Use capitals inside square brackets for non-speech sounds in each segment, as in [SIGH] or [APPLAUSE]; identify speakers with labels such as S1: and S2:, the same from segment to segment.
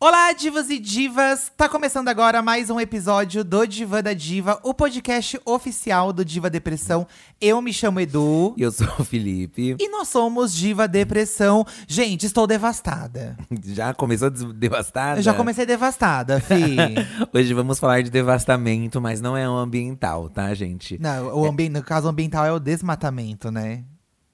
S1: Olá, divas e divas! Tá começando agora mais um episódio do Diva da Diva, o podcast oficial do Diva Depressão. Eu me chamo Edu.
S2: E eu sou o Felipe. [LAUGHS]
S1: E nós somos Diva Depressão. Gente, estou devastada.
S2: Já começou des- devastada?
S1: Eu já comecei devastada, fi.
S2: [LAUGHS] Hoje vamos falar de devastamento, mas não é um ambiental, tá, gente?
S1: Não, o ambi- no caso ambiental é o desmatamento, né?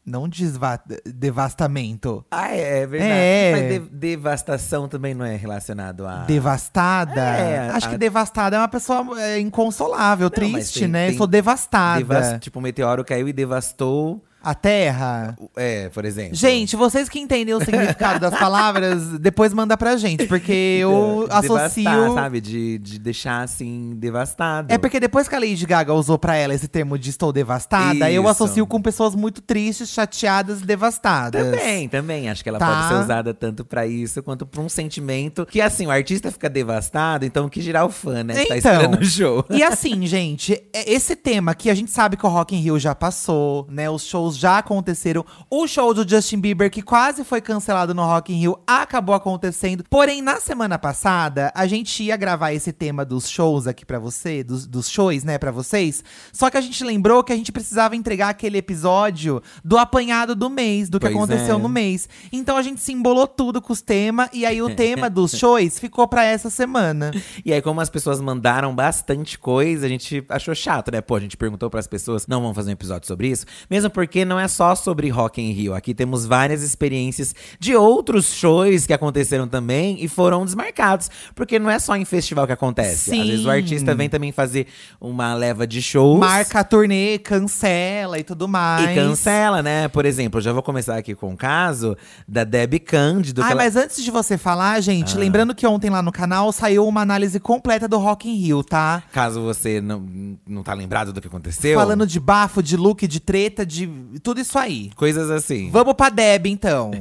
S1: Não desva devastamento.
S2: Ah, é, é verdade.
S1: É.
S2: Mas de- devastação também não é relacionado a.
S1: Devastada?
S2: É,
S1: Acho que
S2: a-
S1: devastada é uma pessoa é, inconsolável, triste,
S2: tem-
S1: né?
S2: tem
S1: Sou devastada.
S2: devas- Tipo, um meteoro caiu e devastou.
S1: A terra.
S2: o- É, por exemplo.
S1: Gente, vocês que entendem o significado das
S2: [LAUGHS]
S1: palavras, depois manda pra gente, porque eu
S2: De- Devastar,
S1: associo.
S2: sabe? De, de deixar assim, devastado.
S1: É porque depois que a Lady Gaga usou pra ela esse termo de estou devastada, eu
S2: Isso.
S1: associo com pessoas muito tristes, chateadas e devastadas.
S2: Também, também. Acho que ela
S1: Tá.
S2: pode ser usada tanto pra isso quanto pra um sentimento. Que assim, o artista fica devastado, então que girar o fã, né? Que tá
S1: Então.
S2: esperando o show.
S1: E
S2: [LAUGHS]
S1: assim, gente, é- esse tema que a gente sabe que o Rock in Rio já passou, né? Os shows já aconteceram. O show do Justin Bieber, que quase foi cancelado no Rock in Rio, acabou acontecendo. Porém, na semana passada, a gente ia gravar esse tema dos shows aqui pra você, dos, dos shows, né, pra vocês. Só que a gente lembrou que a gente precisava entregar aquele episódio do apanhado do mês, do que
S2: Pois
S1: aconteceu
S2: é.
S1: no mês. Então a gente se embolou tudo com os temas, e
S2: [LAUGHS]
S1: aí o tema dos shows ficou pra essa semana.
S2: E aí, como as pessoas mandaram bastante coisa, a gente achou chato, né? Pô, a gente perguntou pras pessoas, não vamos fazer um episódio sobre isso? Mesmo porque não é só sobre Rock in Rio. Aqui temos várias experiências de outros shows que aconteceram também e foram desmarcados. Porque não é só em festival que acontece. Às vezes
S1: Sim.
S2: o artista vem também fazer uma leva de shows.
S1: Marca a turnê, cancela e tudo mais.
S2: E cancela, né? Por exemplo, eu já vou começar aqui com o caso da Debbie Cândido. que
S1: Ai,
S2: ela- Ah.
S1: mas antes de você falar, gente, lembrando que ontem lá no canal saiu uma análise completa do Rock in Rio, tá?
S2: Caso você não, não tá lembrado do que aconteceu.
S1: Falando de bafo, de look, de treta, de tudo isso aí.
S2: coisas assim.
S1: Vamos pra Deb,
S2: [LAUGHS]
S1: então.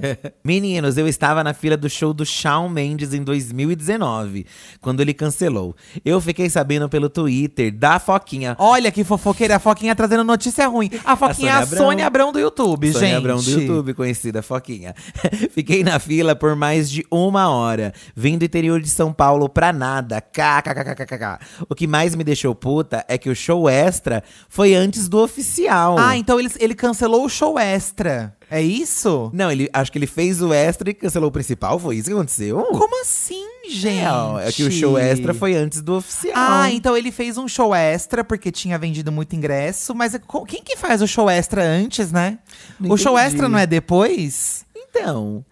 S2: Meninos, eu estava na fila do show do Shawn Mendes em 2019, quando ele cancelou. Eu fiquei sabendo pelo Twitter da Foquinha.
S1: Olha que fofoqueira, a Foquinha trazendo notícia ruim. A Foquinha é a
S2: Sônia Abrão.
S1: Sônia Abrão do YouTube, gente.
S2: Sônia Abrão do YouTube, conhecida Foquinha. [LAUGHS] Fiquei na fila por mais de uma hora, vindo do interior de São Paulo pra nada. KKKKKK. O que mais me deixou puta é que o show extra foi antes do oficial.
S1: Ah, então ele, ele cancelou o show extra. É isso?
S2: Não, ele, acho que ele fez o extra e cancelou o principal. Foi isso que aconteceu?
S1: Como assim, gente?
S2: É, ó, é que o show extra foi antes do oficial.
S1: Ah, então ele fez um show extra, porque tinha vendido muito ingresso. Mas é co- quem que faz o show extra antes, né?
S2: Não
S1: o show
S2: entendi.
S1: extra não é depois? Ah.
S2: Então.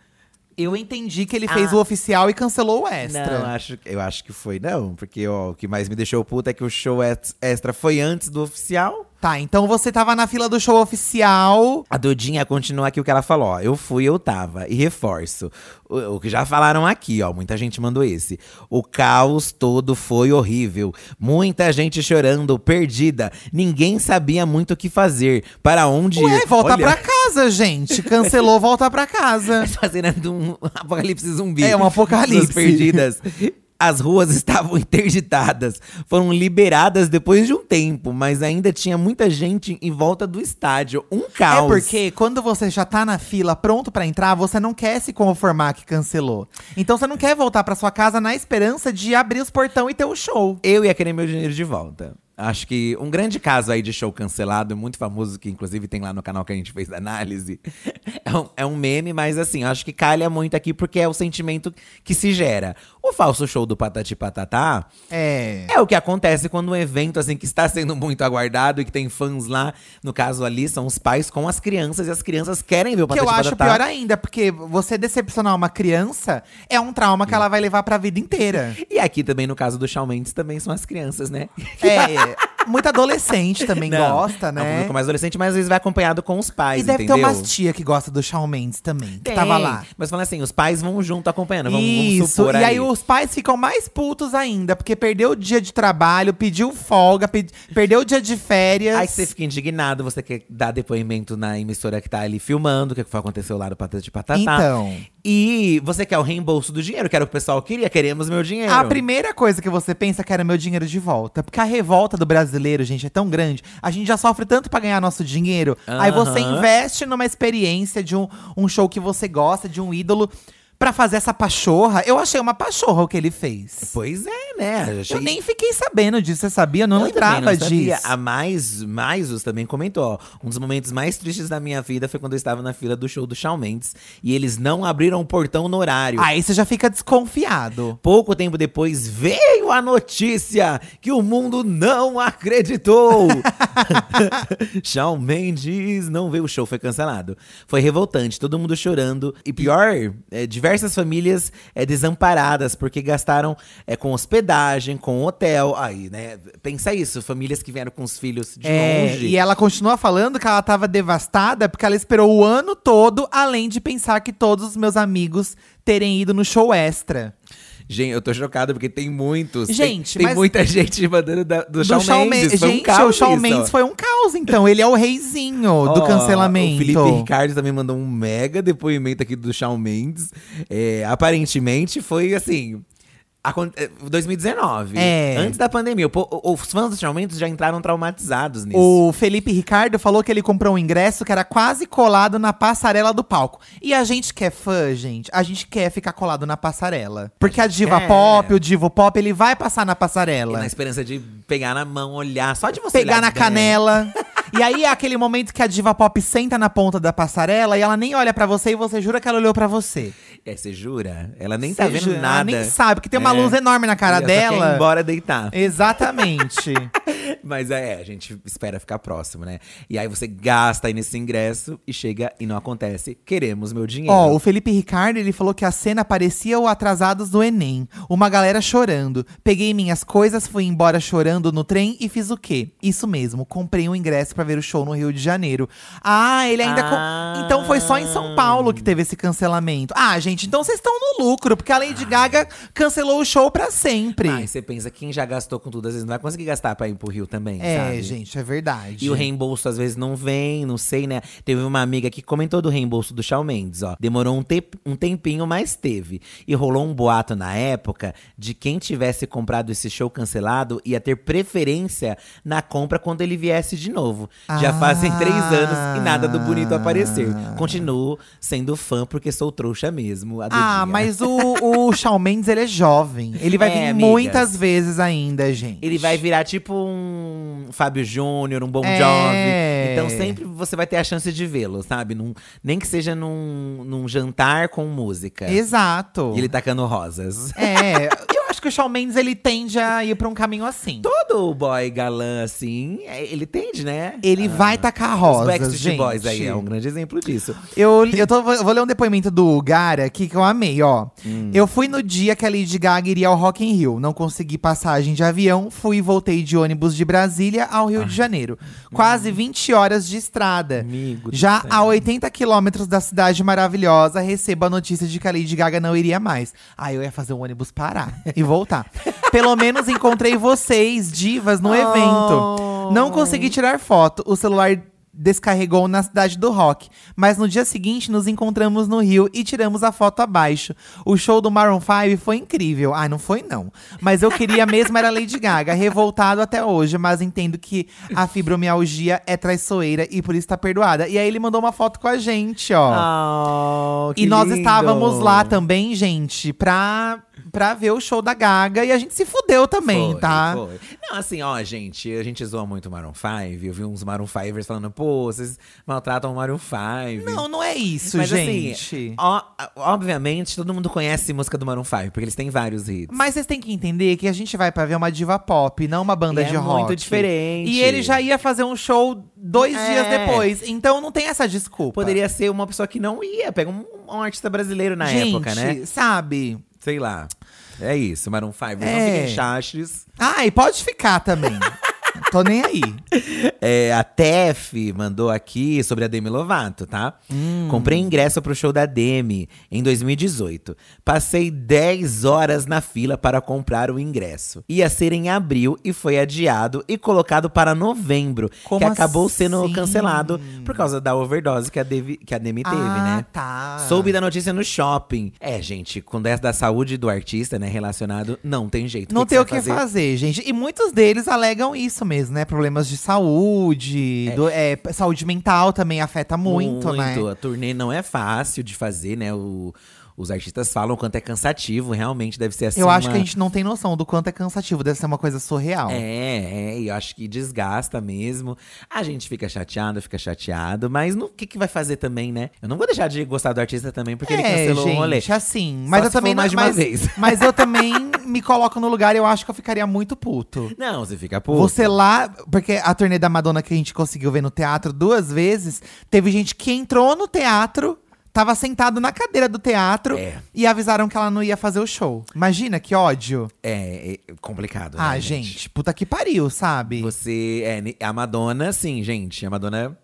S1: Eu entendi que ele fez o oficial e cancelou o extra.
S2: Não, acho, É eu acho que foi não, porque ó, o que mais me deixou puta é que o show ex- extra foi antes do oficial.
S1: Tá, então você tava na fila do show oficial.
S2: A Dudinha continua aqui o que ela falou, ó. Eu fui, eu tava. E reforço. O, o que já falaram aqui, ó. Muita gente mandou esse. O caos todo foi horrível. Muita gente chorando, perdida. Ninguém sabia muito o que fazer. Para onde
S1: Ué,
S2: ir.
S1: volta
S2: Olha,
S1: pra casa, gente. Cancelou, volta pra [LAUGHS] casa.
S2: [LAUGHS] fazendo de um apocalipse zumbi.
S1: É, um apocalipse.
S2: Pessoas perdidas. As ruas [LAUGHS] estavam interditadas, foram liberadas depois de um tempo, mas ainda tinha muita gente em volta do estádio. Um caos.
S1: É porque quando você já tá na fila pronto pra entrar, você não quer se conformar que cancelou. Então você não quer voltar pra sua casa na esperança de abrir os portão e ter o show.
S2: eu ia querer meu dinheiro de volta. Acho que um grande caso aí de show cancelado, muito famoso, que inclusive tem lá no canal que a gente fez a análise. [LAUGHS] É um, é um meme, mas assim, acho que calha muito aqui porque é o sentimento que se gera. O falso show do Patati Patatá,
S1: É.
S2: É o que acontece quando um evento assim que está sendo muito aguardado e que tem fãs lá, no caso ali são os pais com as crianças e as crianças querem ver o
S1: Que
S2: Patati
S1: eu acho
S2: Patatá.
S1: pior ainda, porque você decepcionar uma criança é um trauma que
S2: Hum.
S1: ela vai levar pra vida
S2: [LAUGHS]
S1: inteira.
S2: E aqui também no caso do Shawn Mendes também são as crianças, né?
S1: É, muito adolescente também
S2: Não,
S1: gosta,
S2: É um
S1: né?
S2: público mais adolescente, mas às vezes vai acompanhado com os
S1: E
S2: pais,
S1: deve
S2: entendeu?
S1: ter umas tia que gosta do Shawn Mendes também, que
S2: Tem,
S1: tava lá.
S2: Mas falando assim, os pais vão junto acompanhando, vamos, vamos
S1: Isso,
S2: supor
S1: e aí os pais ficam mais putos ainda, porque perdeu o dia de trabalho, pediu folga, pe- perdeu o dia de férias.
S2: Aí você fica indignado, você quer dar depoimento na emissora que tá ali filmando, o que foi aconteceu lá no Patati Patatá.
S1: Então.
S2: E você quer o reembolso do dinheiro, que era o que o pessoal queria, queremos meu dinheiro.
S1: A primeira coisa que você pensa é que era meu dinheiro de volta. Porque a revolta do brasileiro, gente, é tão grande. A gente já sofre tanto pra ganhar nosso dinheiro. Aí você
S2: Aham.
S1: investe numa experiência de um, um show que você gosta, de um ídolo. pra fazer essa pachorra, eu achei uma pachorra o que ele fez.
S2: Pois é, né? Eu achei-
S1: Eu nem fiquei sabendo disso, você sabia? Eu não
S2: Eu também
S1: lembrava
S2: não sabia.
S1: disso.
S2: A mais, mais os também comentou, ó, um dos momentos mais tristes da minha vida foi quando eu estava na fila do show do Shawn Mendes e eles não abriram o portão no horário.
S1: Aí você já fica desconfiado.
S2: Pouco tempo depois veio a notícia que o mundo
S1: [LAUGHS]
S2: não acreditou. Shawn Mendes não veio, o show foi cancelado. Foi revoltante, todo mundo chorando. E pior, é, diversas famílias é, desamparadas porque gastaram é, com hospedagem, com hotel. Aí, né? Pensa isso, famílias que vieram com os filhos de
S1: É,
S2: longe.
S1: e ela continua falando que ela tava devastada porque ela esperou o ano todo, além de pensar que todos os meus amigos terem ido no show extra.
S2: Gente, eu tô chocado porque tem muitos. tem-
S1: Gente,
S2: tem,
S1: mas-
S2: muita [LAUGHS] gente mandando da- do,
S1: Do
S2: Shawn,
S1: Shawn
S2: Mendes.
S1: Men-
S2: Foi
S1: Gente,
S2: um caos
S1: o Shawn
S2: isso.
S1: Mendes foi um caos, então. Ele é o reizinho do
S2: Ó,
S1: cancelamento.
S2: O Felipe Ricardo também mandou um mega depoimento aqui do Shawn Mendes. É, aparentemente foi assim. acon- é, 2019.
S1: É.
S2: Antes da pandemia. O po- o- os fãs do Shawn Mendes já entraram traumatizados nisso.
S1: O Felipe Ricardo falou que ele comprou um ingresso que era quase colado na passarela do palco. E a gente que é fã, gente, a gente quer ficar colado na passarela. Porque a diva
S2: quer.
S1: pop, o divo pop, ele vai passar na
S2: E
S1: passarela.
S2: Na esperança de pegar na mão, olhar. Só de você
S1: pegar
S2: olhar
S1: na
S2: bem.
S1: canela. e aí é aquele momento que a diva pop senta na ponta da passarela e ela nem olha pra você e você jura que ela olhou pra você.
S2: É, você jura? Ela nem tá
S1: Você
S2: vendo
S1: jura,
S2: nada.
S1: Ela nem sabe, porque tem uma
S2: É.
S1: luz enorme na cara
S2: Ela só quer ir
S1: dela.
S2: embora deitar.
S1: Exatamente.
S2: Mas é, a gente espera ficar próximo, né? E aí você gasta aí nesse ingresso e chega e não acontece. Queremos meu
S1: [LAUGHS]
S2: dinheiro.
S1: Ó, o Felipe Ricardo, ele falou que a cena parecia o Atrasados do Enem. Uma galera chorando. Peguei minhas coisas, fui embora chorando no trem e fiz o quê? Isso mesmo, comprei um ingresso pra ver o show no Rio de Janeiro. Ah, ele ainda… com-
S2: Ah.
S1: Então foi só em São Paulo que teve esse cancelamento. Ah, gente, então vocês estão no lucro. Porque a Lady Gaga cancelou o show pra sempre.
S2: Ah. Mas você pensa, quem já gastou com tudo, às vezes não vai conseguir gastar pra ir pro Rio também,
S1: é,
S2: sabe?
S1: gente, é verdade.
S2: E o reembolso às vezes não vem, não sei, né? Teve uma amiga que comentou do reembolso do Shawn Mendes, ó. Demorou um, tep- um tempinho, mas teve. E rolou um boato na época de quem tivesse comprado esse show cancelado ia ter preferência na compra quando ele viesse de novo. Já fazem
S1: Ah.
S2: três anos e nada do bonito aparecer. Continuo sendo fã porque sou trouxa mesmo. a do
S1: Ah,
S2: dia.
S1: mas o, o Shawn Mendes, ele é jovem. Ele vai
S2: É,
S1: vir
S2: amiga.
S1: muitas vezes ainda, gente.
S2: Ele vai virar tipo um Fábio Júnior, um Bon
S1: É.
S2: Jovi. Então sempre você vai ter a chance de vê-lo, sabe? Num- nem que seja num, num jantar com música.
S1: Exato.
S2: E ele tacando rosas. [LAUGHS]
S1: É, eu acho que o Shawn Mendes, ele tende a ir pra um caminho assim.
S2: Todo boy galã, assim, é- ele tende, né?
S1: Ele vai tacar rosas,
S2: Os Backstreet
S1: gente.
S2: Boys aí é um grande exemplo disso.
S1: Eu, eu tô- vou ler um depoimento do Gara aqui que eu amei, ó.
S2: Hum.
S1: Eu fui no dia que a Lady Gaga iria ao Rock in Rio. Não consegui passagem de avião, fui e voltei de ônibus de Brasília ao
S2: Ah.
S1: Rio de Janeiro.
S2: Hum.
S1: Quase 20 horas de estrada.
S2: Amigo do
S1: Já
S2: céu.
S1: a 80 quilômetros da cidade maravilhosa, recebo a notícia de que a Lady Gaga não iria mais. Aí eu ia fazer um ônibus parar e
S2: [LAUGHS]
S1: voltar. Pelo menos encontrei vocês, divas, no
S2: Oh.
S1: evento. Não consegui tirar foto, o celular descarregou na cidade do rock. Mas no dia seguinte nos encontramos no Rio e tiramos a foto abaixo. O show do Maroon 5 foi incrível. Ah, não foi não. Mas eu queria mesmo era Lady Gaga, revoltado até hoje, mas entendo que a fibromialgia é traiçoeira e por isso tá perdoada. E aí ele mandou uma foto com a gente, ó.
S2: Ah, Oh,
S1: E nós estávamos lá também, gente, pra, pra ver o show da Gaga. E a gente se fudeu também,
S2: Foi,
S1: tá?
S2: foi. Não, assim, ó, gente, a gente zoa muito o Maroon 5. Eu vi uns Maroon 5 falando, pô, vocês maltratam o Maroon 5.
S1: Não, não é isso,
S2: Mas, assim,
S1: gente.
S2: Ó, obviamente, todo mundo conhece música do Maroon 5, porque eles têm vários hits.
S1: Mas vocês têm que entender que a gente vai pra ver uma diva pop, não uma banda
S2: E é
S1: de
S2: muito
S1: rock.
S2: diferente.
S1: E ele já ia fazer um show dois
S2: É.
S1: dias depois. Então não tem essa desculpa.
S2: Poderia ser uma pessoa que não ia, pega um, um artista brasileiro na
S1: gente,
S2: época, né?
S1: sabe?
S2: Sei lá. É isso, Maroon 5. Não
S1: É.
S2: fiquem chastres.
S1: Ai, pode ficar também. Tô nem
S2: [LAUGHS]
S1: aí.
S2: É, a Tef mandou aqui sobre a Demi Lovato, tá?
S1: Hum.
S2: Comprei ingresso pro show da Demi em 2018. Passei 10 horas na fila para comprar o ingresso. Ia ser em abril e foi adiado e colocado para novembro,
S1: Como
S2: que acabou sendo
S1: assim?
S2: cancelado por causa da overdose que a, Devi- que a Demi teve,
S1: ah,
S2: né?
S1: tá.
S2: Soube da notícia no shopping. É, gente, quando é da saúde do artista, né, relacionado, não tem jeito.
S1: Não tem o que
S2: você
S1: fazer?
S2: vai
S1: gente. E muitos deles alegam isso mesmo, né? Problemas de saúde, do- é, saúde mental também afeta muito, né?
S2: A turnê não é fácil de fazer, né? O, Os artistas falam o quanto é cansativo, realmente deve ser assim.
S1: Eu acho
S2: uma-
S1: que a gente não tem noção do quanto é cansativo, deve ser uma coisa surreal.
S2: É, é, e eu acho que desgasta mesmo. A gente fica chateado, fica chateado, mas no que, que vai fazer também, né? Eu não vou deixar de gostar do artista também, porque ele
S1: É,
S2: cancelou
S1: gente,
S2: um rolê.
S1: assim, mas
S2: Só
S1: eu
S2: se for
S1: também não-
S2: mais de uma
S1: mas-
S2: vez. [LAUGHS]
S1: mas eu também me coloco no lugar e eu acho que eu ficaria muito puto.
S2: Não, você fica puto.
S1: Você lá, porque a turnê da Madonna que a gente conseguiu ver no teatro duas vezes, teve gente que entrou no teatro, tava sentado na cadeira do teatro
S2: É.
S1: e avisaram que ela não ia fazer o show. Imagina que ódio.
S2: É, é complicado, né,
S1: ah, gente? puta que pariu, sabe?
S2: Você. É, ni- a Madonna, sim, gente. A Madonna,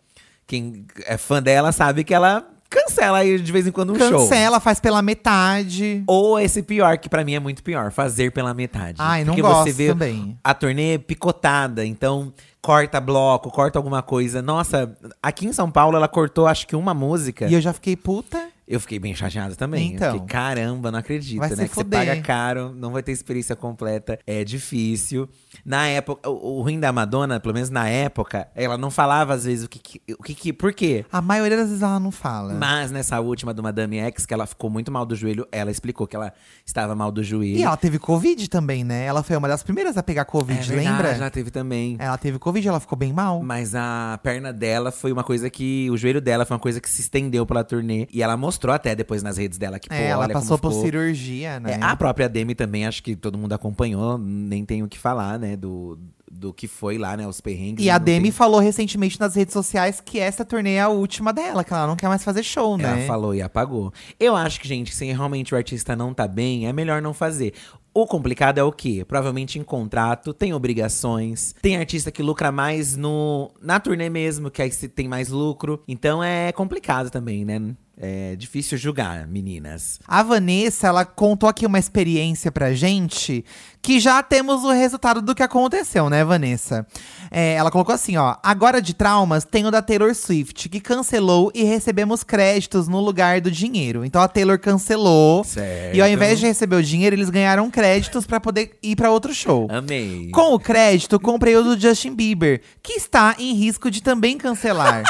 S2: quem é fã dela sabe que ela cancela aí de vez em quando um show.
S1: Cancela, faz pela metade.
S2: Ou esse pior, que pra mim é muito pior, fazer pela metade.
S1: Ai, não
S2: Porque
S1: gosto
S2: você vê
S1: também.
S2: a turnê picotada, então corta bloco, corta alguma coisa. Nossa, aqui em São Paulo ela cortou acho que uma música.
S1: E eu já fiquei puta.
S2: Eu fiquei bem chateada também.
S1: Então.
S2: Eu fiquei, caramba, não acredito,
S1: Vai se
S2: né? Que você
S1: fuder.
S2: paga caro, não vai ter experiência completa. É difícil. Na época, o, o ruim da Madonna, pelo menos na época, ela não falava às vezes o que. que- o que, que por quê?
S1: A maioria das vezes ela não fala.
S2: Mas nessa última do Madame X, que ela ficou muito mal do joelho, ela explicou que ela estava mal do joelho.
S1: E ela teve Covid também, né? Ela foi uma das primeiras a pegar Covid,
S2: é verdade,
S1: lembra? É
S2: Ela teve também.
S1: Ela teve Covid, ela ficou bem mal.
S2: Mas a perna dela foi uma coisa que. O joelho dela foi uma coisa que se estendeu pela turnê. E ela mostrou até depois nas redes dela que, pô,
S1: É, ela
S2: olha
S1: passou por
S2: como ficou.
S1: cirurgia, né?
S2: É, a própria Demi também, acho que todo mundo acompanhou, nem tenho o que falar, né? Do, do que foi lá, né? Os perrengues.
S1: E a
S2: não
S1: Demi
S2: tem-
S1: falou recentemente nas redes sociais que essa turnê é a última dela, que ela não quer mais fazer show,
S2: Ela
S1: né?
S2: falou e apagou. Eu acho que, gente, se realmente o artista não tá bem, é melhor não fazer. O complicado é o quê? Provavelmente em contrato, tem obrigações, tem artista que lucra mais no na turnê mesmo, que aí se tem mais lucro. Então é complicado também, né? É difícil julgar, meninas.
S1: A Vanessa, ela contou aqui uma experiência pra gente que já temos o resultado do que aconteceu, né, Vanessa? É, ela colocou assim, ó. Agora de traumas, tem o da Taylor Swift, que cancelou e recebemos créditos no lugar do dinheiro. Então a Taylor cancelou.
S2: Certo.
S1: E ao invés de receber o dinheiro, eles ganharam créditos pra poder ir pra outro show.
S2: É. Amei.
S1: Com o crédito, comprei o do Justin Bieber, que está em risco de também
S2: [LAUGHS]
S1: cancelar.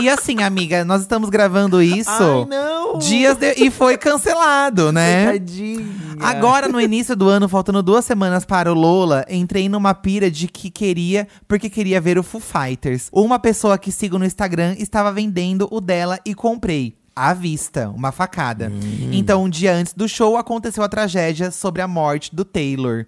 S1: e assim, amiga, nós estamos gravando isso
S2: Ai, não!
S1: dias de- e foi cancelado, né?
S2: Tadinha.
S1: Agora, no início do ano, faltando duas semanas para o Lola, entrei numa pira de que queria, porque queria ver o Foo Fighters. Uma pessoa que sigo no Instagram estava vendendo o dela e comprei. À vista, uma facada.
S2: Hum.
S1: Então, um dia antes do show, aconteceu a tragédia sobre a morte do Taylor.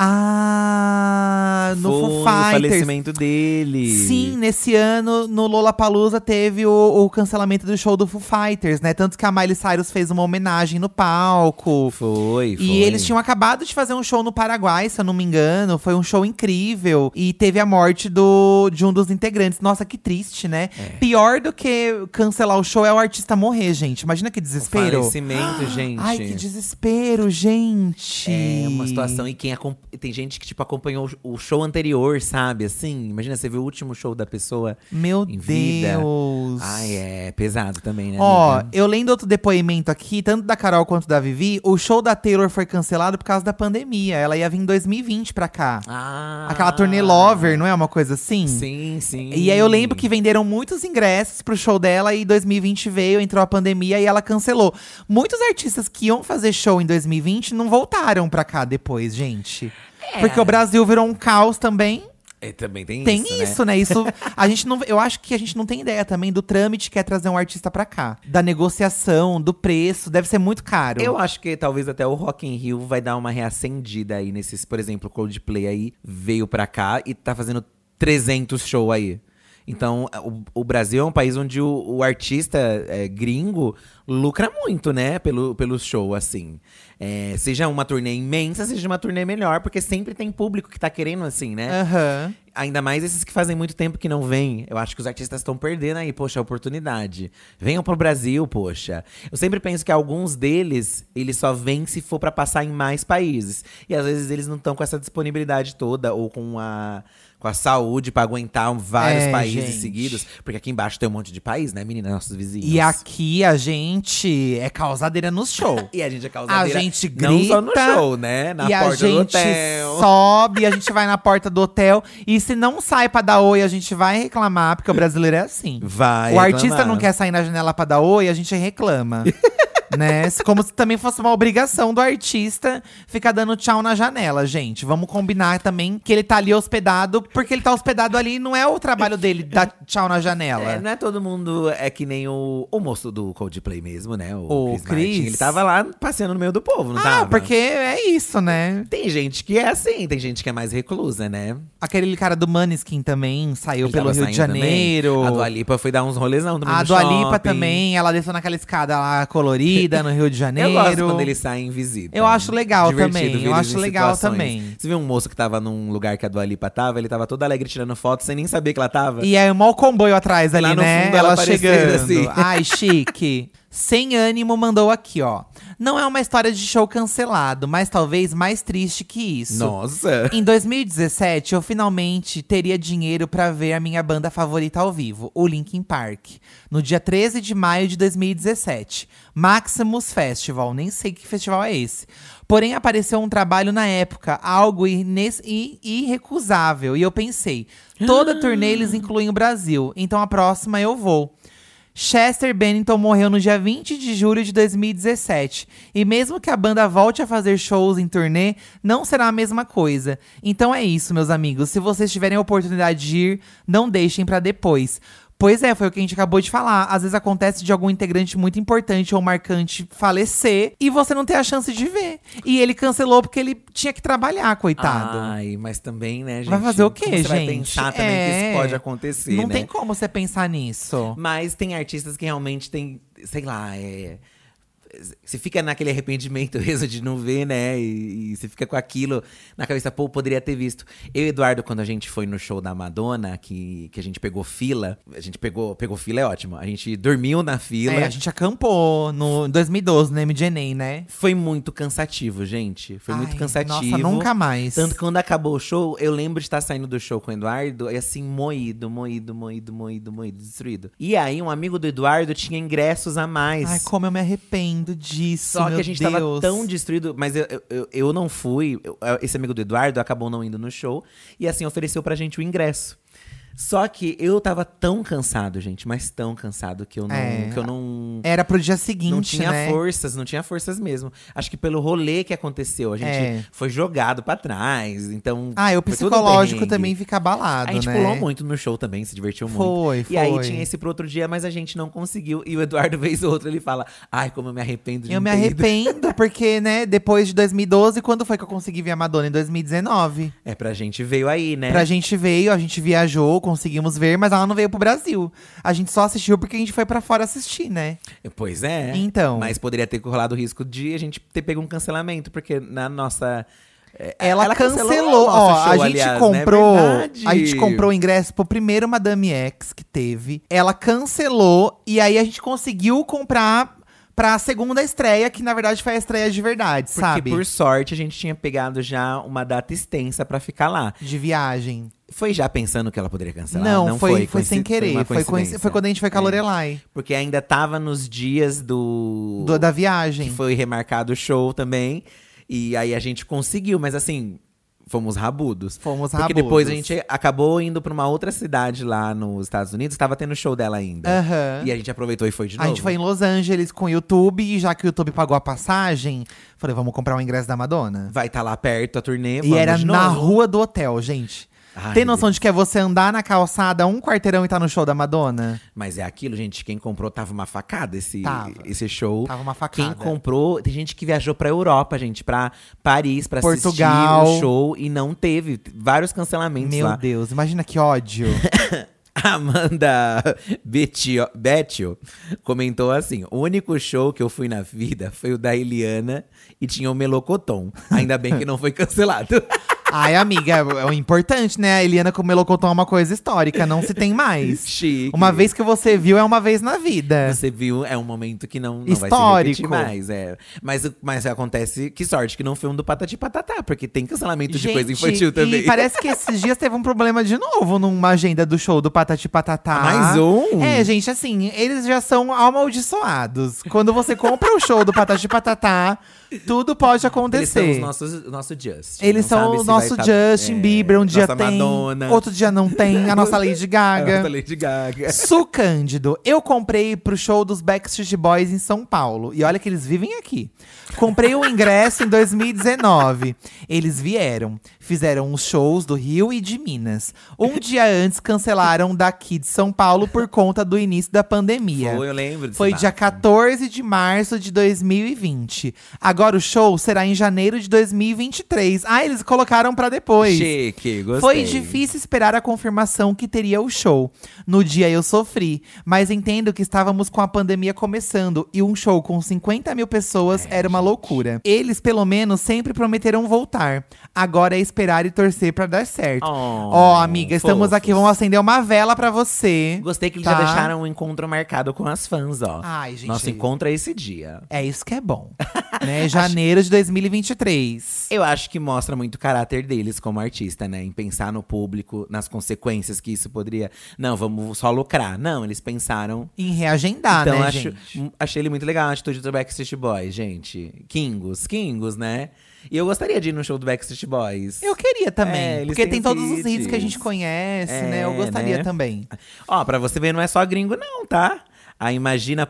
S1: Ah, no
S2: Foi
S1: Foo
S2: o
S1: Fighters.
S2: falecimento dele.
S1: Sim, nesse ano, no Lollapalooza, teve o, o cancelamento do show do Foo Fighters, né? Tanto que a Miley Cyrus fez uma homenagem no palco.
S2: Foi, foi.
S1: E eles tinham acabado de fazer um show no Paraguai, se eu não me engano. Foi um show incrível. E teve a morte do, de um dos integrantes. Nossa, que triste, né?
S2: É.
S1: Pior do que cancelar o show é o artista morrer, gente. Imagina que desespero.
S2: Falecimento, gente.
S1: Ai, que desespero, gente.
S2: É uma situação. E quem acom- tem gente que, tipo, acompanhou o show anterior, sabe? Assim, imagina você ver o último show da pessoa.
S1: Meu
S2: em vida.
S1: Deus.
S2: Ai, é pesado também, né?
S1: Ó,
S2: amiga?
S1: eu lendo outro depoimento aqui, tanto da Carol quanto da Vivi, o show da Taylor foi cancelado por causa da pandemia. Ela ia vir em 2020 pra cá.
S2: Ah,
S1: Aquela turnê Lover, não é uma coisa assim?
S2: Sim, sim.
S1: E aí eu lembro
S2: Hum.
S1: que venderam muitos ingressos pro show dela e 2020 veio, entrou a pandemia e ela cancelou. Muitos artistas que iam fazer show em 2020 não voltaram pra cá depois, gente. Porque o Brasil virou um caos também.
S2: É, também tem,
S1: Tem
S2: É. isso.
S1: isso,
S2: né?
S1: né? Isso a gente não, eu acho que a gente não tem ideia também do trâmite que é trazer um artista pra cá, da negociação, do preço, deve ser muito caro.
S2: Eu acho que talvez até o Rock in Rio vai dar uma reacendida aí nesses, por exemplo, Coldplay aí veio pra cá e tá fazendo 300 show aí. Então, o, o Brasil é um país onde o, o artista é, gringo lucra muito, né? Pelo, pelo show, assim. É, seja uma turnê imensa, seja uma turnê melhor, porque sempre tem público que tá querendo, assim, né?
S1: Aham.
S2: Ainda mais esses que fazem muito tempo que não vêm. Eu acho que os artistas estão perdendo aí, poxa, a oportunidade. Venham pro Brasil, poxa. Eu sempre penso que alguns deles, eles só vêm se for pra passar em mais países. E às vezes eles não estão com essa disponibilidade toda ou com a com a saúde pra aguentar um vários
S1: É,
S2: países
S1: gente.
S2: seguidos, porque aqui embaixo tem um monte de país, né, menina, nossos vizinhos.
S1: E aqui a gente é causadeira no show.
S2: E a gente é causadeira.
S1: A gente
S2: Não só no
S1: grita,
S2: show, né? Na
S1: e
S2: porta
S1: a gente
S2: do hotel. [LAUGHS]
S1: sobe, a gente vai na porta do hotel. E se não sai pra dar oi, a gente vai reclamar, porque o brasileiro é assim.
S2: Vai
S1: o artista
S2: reclamar. [LAUGHS]
S1: não quer sair na janela pra dar oi, a gente reclama. né? Se- Como se também fosse uma obrigação do artista ficar dando tchau na janela, gente. Vamos combinar também que ele tá ali hospedado, porque ele tá hospedado ali não é o trabalho dele dar tchau na janela.
S2: É, não é todo mundo é que nem o, o moço do Coldplay mesmo, né?
S1: O
S2: O, Chris,
S1: Chris?
S2: Martin. Ele tava lá passeando no meio do povo, não
S1: Ah,
S2: tava?
S1: porque é isso, né?
S2: Tem gente que é assim, tem gente que é mais reclusa, né?
S1: Aquele cara do Maneskin também saiu
S2: Ele
S1: pelo
S2: tava
S1: Rio de
S2: saindo
S1: Janeiro.
S2: Também. A Dua Lipa foi dar uns rolezão também
S1: A
S2: no
S1: Dua Lipa
S2: shopping.
S1: também, ela desceu naquela escada lá colorida no
S2: [LAUGHS]
S1: Rio de Janeiro.
S2: Eu gosto quando eles saem em visita.
S1: Eu acho legal também, eu
S2: ver eles
S1: acho
S2: em
S1: legal
S2: situações.
S1: também.
S2: Você viu um moço que tava num lugar que a Dua Lipa tava, ele tava todo alegre tirando foto sem nem saber que ela tava.
S1: E aí, mó comboio atrás ali,
S2: Lá no
S1: né?
S2: fundo,
S1: ela
S2: ela
S1: chegando.
S2: aparecendo, assim. [LAUGHS]
S1: Ai, chique. Sem ânimo mandou aqui, ó. Não é uma história de show cancelado, mas talvez mais triste que isso.
S2: Nossa!
S1: [LAUGHS] Em 2017, eu finalmente teria dinheiro pra ver a minha banda favorita ao vivo, o Linkin Park, no dia 13 de maio de 2017, Maximus Festival, nem sei que festival é esse. Porém, apareceu um trabalho na época, algo ines- i- irrecusável, e eu pensei, toda turnê eles incluem o Brasil, então a próxima eu vou. Chester Bennington morreu no dia 20 de julho de 2017. E mesmo que a banda volte a fazer shows em turnê, não será a mesma coisa. Então é isso, meus amigos. Se vocês tiverem a oportunidade de ir, não deixem pra depois. Pois é, foi o que a gente acabou de falar. Às vezes acontece de algum integrante muito importante ou marcante falecer e você não tem a chance de ver. E ele cancelou porque ele tinha que trabalhar, coitado.
S2: Ai, mas também, né, gente?
S1: Vai fazer o quê,
S2: como você Vai
S1: gente?
S2: pensar também que
S1: É.
S2: isso pode acontecer,
S1: não
S2: né?
S1: tem como você pensar nisso.
S2: Mas tem artistas que realmente tem, sei lá, é. Você fica naquele arrependimento [LAUGHS] mesmo de não ver, né? E, e você fica com aquilo na cabeça, pô, poderia ter visto. Eu e Eduardo, quando a gente foi no show da Madonna, que, que a gente pegou fila, a gente pegou, pegou fila, é ótimo. A gente dormiu na fila.
S1: É, a gente acampou no em 2012 no MDNA, né?
S2: Foi muito cansativo, gente. Foi muito
S1: Ai,
S2: cansativo.
S1: Nossa, nunca mais.
S2: Tanto que quando acabou o show, eu lembro de estar saindo do show com o Eduardo e assim, moído, moído, moído, moído, moído, destruído. E aí, um amigo do Eduardo tinha ingressos a mais.
S1: Ai, como eu me arrependo disso.
S2: Só
S1: meu
S2: que a gente
S1: Deus.
S2: tava tão destruído, mas eu, eu- eu, eu não fui. eu- eu- esse amigo do Eduardo acabou não indo no show e assim ofereceu pra gente o ingresso. Só que eu tava tão cansado, gente, mas tão cansado que eu não.
S1: É.
S2: Que eu não
S1: Era pro dia seguinte,
S2: não tinha
S1: né?
S2: forças, não tinha forças mesmo. Acho que pelo rolê que aconteceu, a gente
S1: É.
S2: foi jogado pra trás, então.
S1: Ah, e o
S2: foi todo um
S1: psicológico
S2: perrengue.
S1: também fica abalado,
S2: A gente
S1: né?
S2: pulou muito no show também, se divertiu muito.
S1: Foi, foi.
S2: E aí tinha esse pro outro dia, mas a gente não conseguiu. E o Eduardo [LAUGHS] vez ou outro, ele fala: Ai, como eu me arrependo de
S1: Eu
S2: não
S1: me
S2: ter ido."
S1: arrependo, porque, né, depois de 2012, quando foi que eu consegui ver a Madonna? Em 2019.
S2: É, pra gente veio aí, né?
S1: Pra gente veio, a gente viajou, conseguimos ver, mas ela não veio pro Brasil. A gente só assistiu porque a gente foi pra fora assistir, né?
S2: Pois é.
S1: Então.
S2: Mas poderia ter rolado o risco de a gente ter pego um cancelamento, porque na nossa. é,
S1: Ela, cancelou,
S2: o
S1: ó,
S2: nosso
S1: a
S2: show,
S1: gente
S2: aliás, né?
S1: comprou,
S2: Verdade.
S1: a gente comprou o ingresso pro primeiro Madame X que teve. Ela cancelou e aí a gente conseguiu comprar pra segunda estreia, que na verdade foi a estreia de verdade,
S2: Porque,
S1: sabe?
S2: por sorte, a gente tinha pegado já uma data extensa pra ficar lá.
S1: De viagem.
S2: Foi já pensando que ela poderia cancelar?
S1: não, foi, foi,
S2: coinci-
S1: sem querer.
S2: uma
S1: Foi, coinci-
S2: coincidência.
S1: foi quando a gente foi com a
S2: É.
S1: Lorelai,
S2: Porque ainda tava nos dias do…
S1: do- da
S2: Que
S1: viagem.
S2: foi remarcado o show também. E aí a gente conseguiu, mas assim… Fomos rabudos.
S1: Fomos
S2: Porque
S1: rabudos.
S2: depois a gente acabou indo pra uma outra cidade lá nos Estados Unidos. Tava tendo show dela ainda.
S1: Aham.
S2: E a gente aproveitou e foi de
S1: A
S2: novo.
S1: gente foi em Los Angeles com o YouTube, e já que o YouTube pagou a passagem, falei, vamos comprar o ingresso da Madonna.
S2: Vai estar lá perto a
S1: E
S2: turnê, vamos
S1: era
S2: de
S1: na
S2: novo.
S1: rua do hotel, gente.
S2: Ai,
S1: Tem
S2: meu
S1: noção de que é você andar na calçada um quarteirão e tá no show da Madonna?
S2: Mas é aquilo, gente. Quem comprou tava uma facada esse,
S1: Tava.
S2: esse show.
S1: Tava uma facada.
S2: Quem comprou, tem gente que viajou pra Europa, gente, pra Paris, pra
S1: Portugal.
S2: assistir o show e não teve. T- Vários cancelamentos
S1: Meu
S2: lá.
S1: Deus, imagina que ódio.
S2: [LAUGHS] Amanda Betio, Betio comentou assim: o único show que eu fui na vida foi o da Eliana e tinha o Melocoton. Ainda bem que não foi cancelado. [LAUGHS]
S1: Ai, amiga, é o importante, né? A Eliana com o Melocotão é uma coisa histórica, não se tem mais.
S2: [LAUGHS] Chique.
S1: Uma vez que você viu, é uma vez na vida.
S2: Você viu, é um momento que não, não vai se
S1: Histórico.
S2: repetir mais. É. Mas, o- mas acontece, que sorte que não foi um do Patati Patatá, porque tem cancelamento de coisa infantil também.
S1: E parece que esses dias teve um problema de novo numa agenda do show do Patati Patatá.
S2: Mais um?
S1: É, gente, assim, eles já são amaldiçoados. Quando você compra o show do Patati Patatá, tudo pode
S2: Eles
S1: acontecer.
S2: são os nossos, o nosso Justin.
S1: Eles
S2: não
S1: são
S2: sabe
S1: os
S2: se
S1: nosso
S2: vai tá-
S1: Justin
S2: é,
S1: Bieber, um dia
S2: nossa
S1: tem,
S2: Madonna. É,
S1: outro dia não
S2: [LAUGHS]
S1: tem, a nossa Lady
S2: A
S1: Gaga.
S2: [LAUGHS] Lady Gaga.
S1: Su Cândido, eu comprei pro show dos Backstreet Boys em São Paulo. E olha que eles vivem aqui. Comprei o ingresso em 2019. Eles vieram, fizeram os shows do Rio e de Minas. Um dia antes, cancelaram daqui de São Paulo por conta do início da pandemia.
S2: Foi, eu lembro. desse
S1: é. Foi
S2: bafo.
S1: dia 14 de março de 2020. Agora o show será em janeiro de 2023. Ah, eles colocaram pra depois.
S2: Chique, gostei.
S1: Foi difícil esperar a confirmação que teria o show. No dia eu sofri, mas entendo que estávamos com a pandemia começando e um show com 50 mil pessoas
S2: É,
S1: era uma loucura. Eles, pelo menos, sempre prometeram voltar. Agora é esperar e torcer pra dar certo.
S2: Oh,
S1: Ó, amiga, estamos
S2: fofos.
S1: aqui, vamos acender uma vela pra você.
S2: Gostei que eles
S1: Tá.
S2: já deixaram um encontro marcado com as fãs, ó.
S1: Ai, gente.
S2: Nosso encontro é esse dia.
S1: É isso que é
S2: [LAUGHS]
S1: bom. né? Janeiro de 2023.
S2: Eu acho que mostra muito o caráter deles como artista, né? Em pensar no público, nas consequências que isso poderia. Não, vamos só lucrar. Não, eles pensaram.
S1: Em reagendar,
S2: então,
S1: né,
S2: acho,
S1: gente?
S2: m- achei ele muito legal a atitude do Backstreet Boys, gente. Kingos, Kingos, né? E eu gostaria de ir no show do Backstreet Boys.
S1: Eu queria também.
S2: É, eles
S1: porque
S2: têm
S1: tem
S2: os
S1: todos os hits
S2: hits.
S1: que a gente conhece,
S2: É,
S1: né? Eu gostaria
S2: né?
S1: também.
S2: Ó, pra você ver, não é só gringo, não, tá? A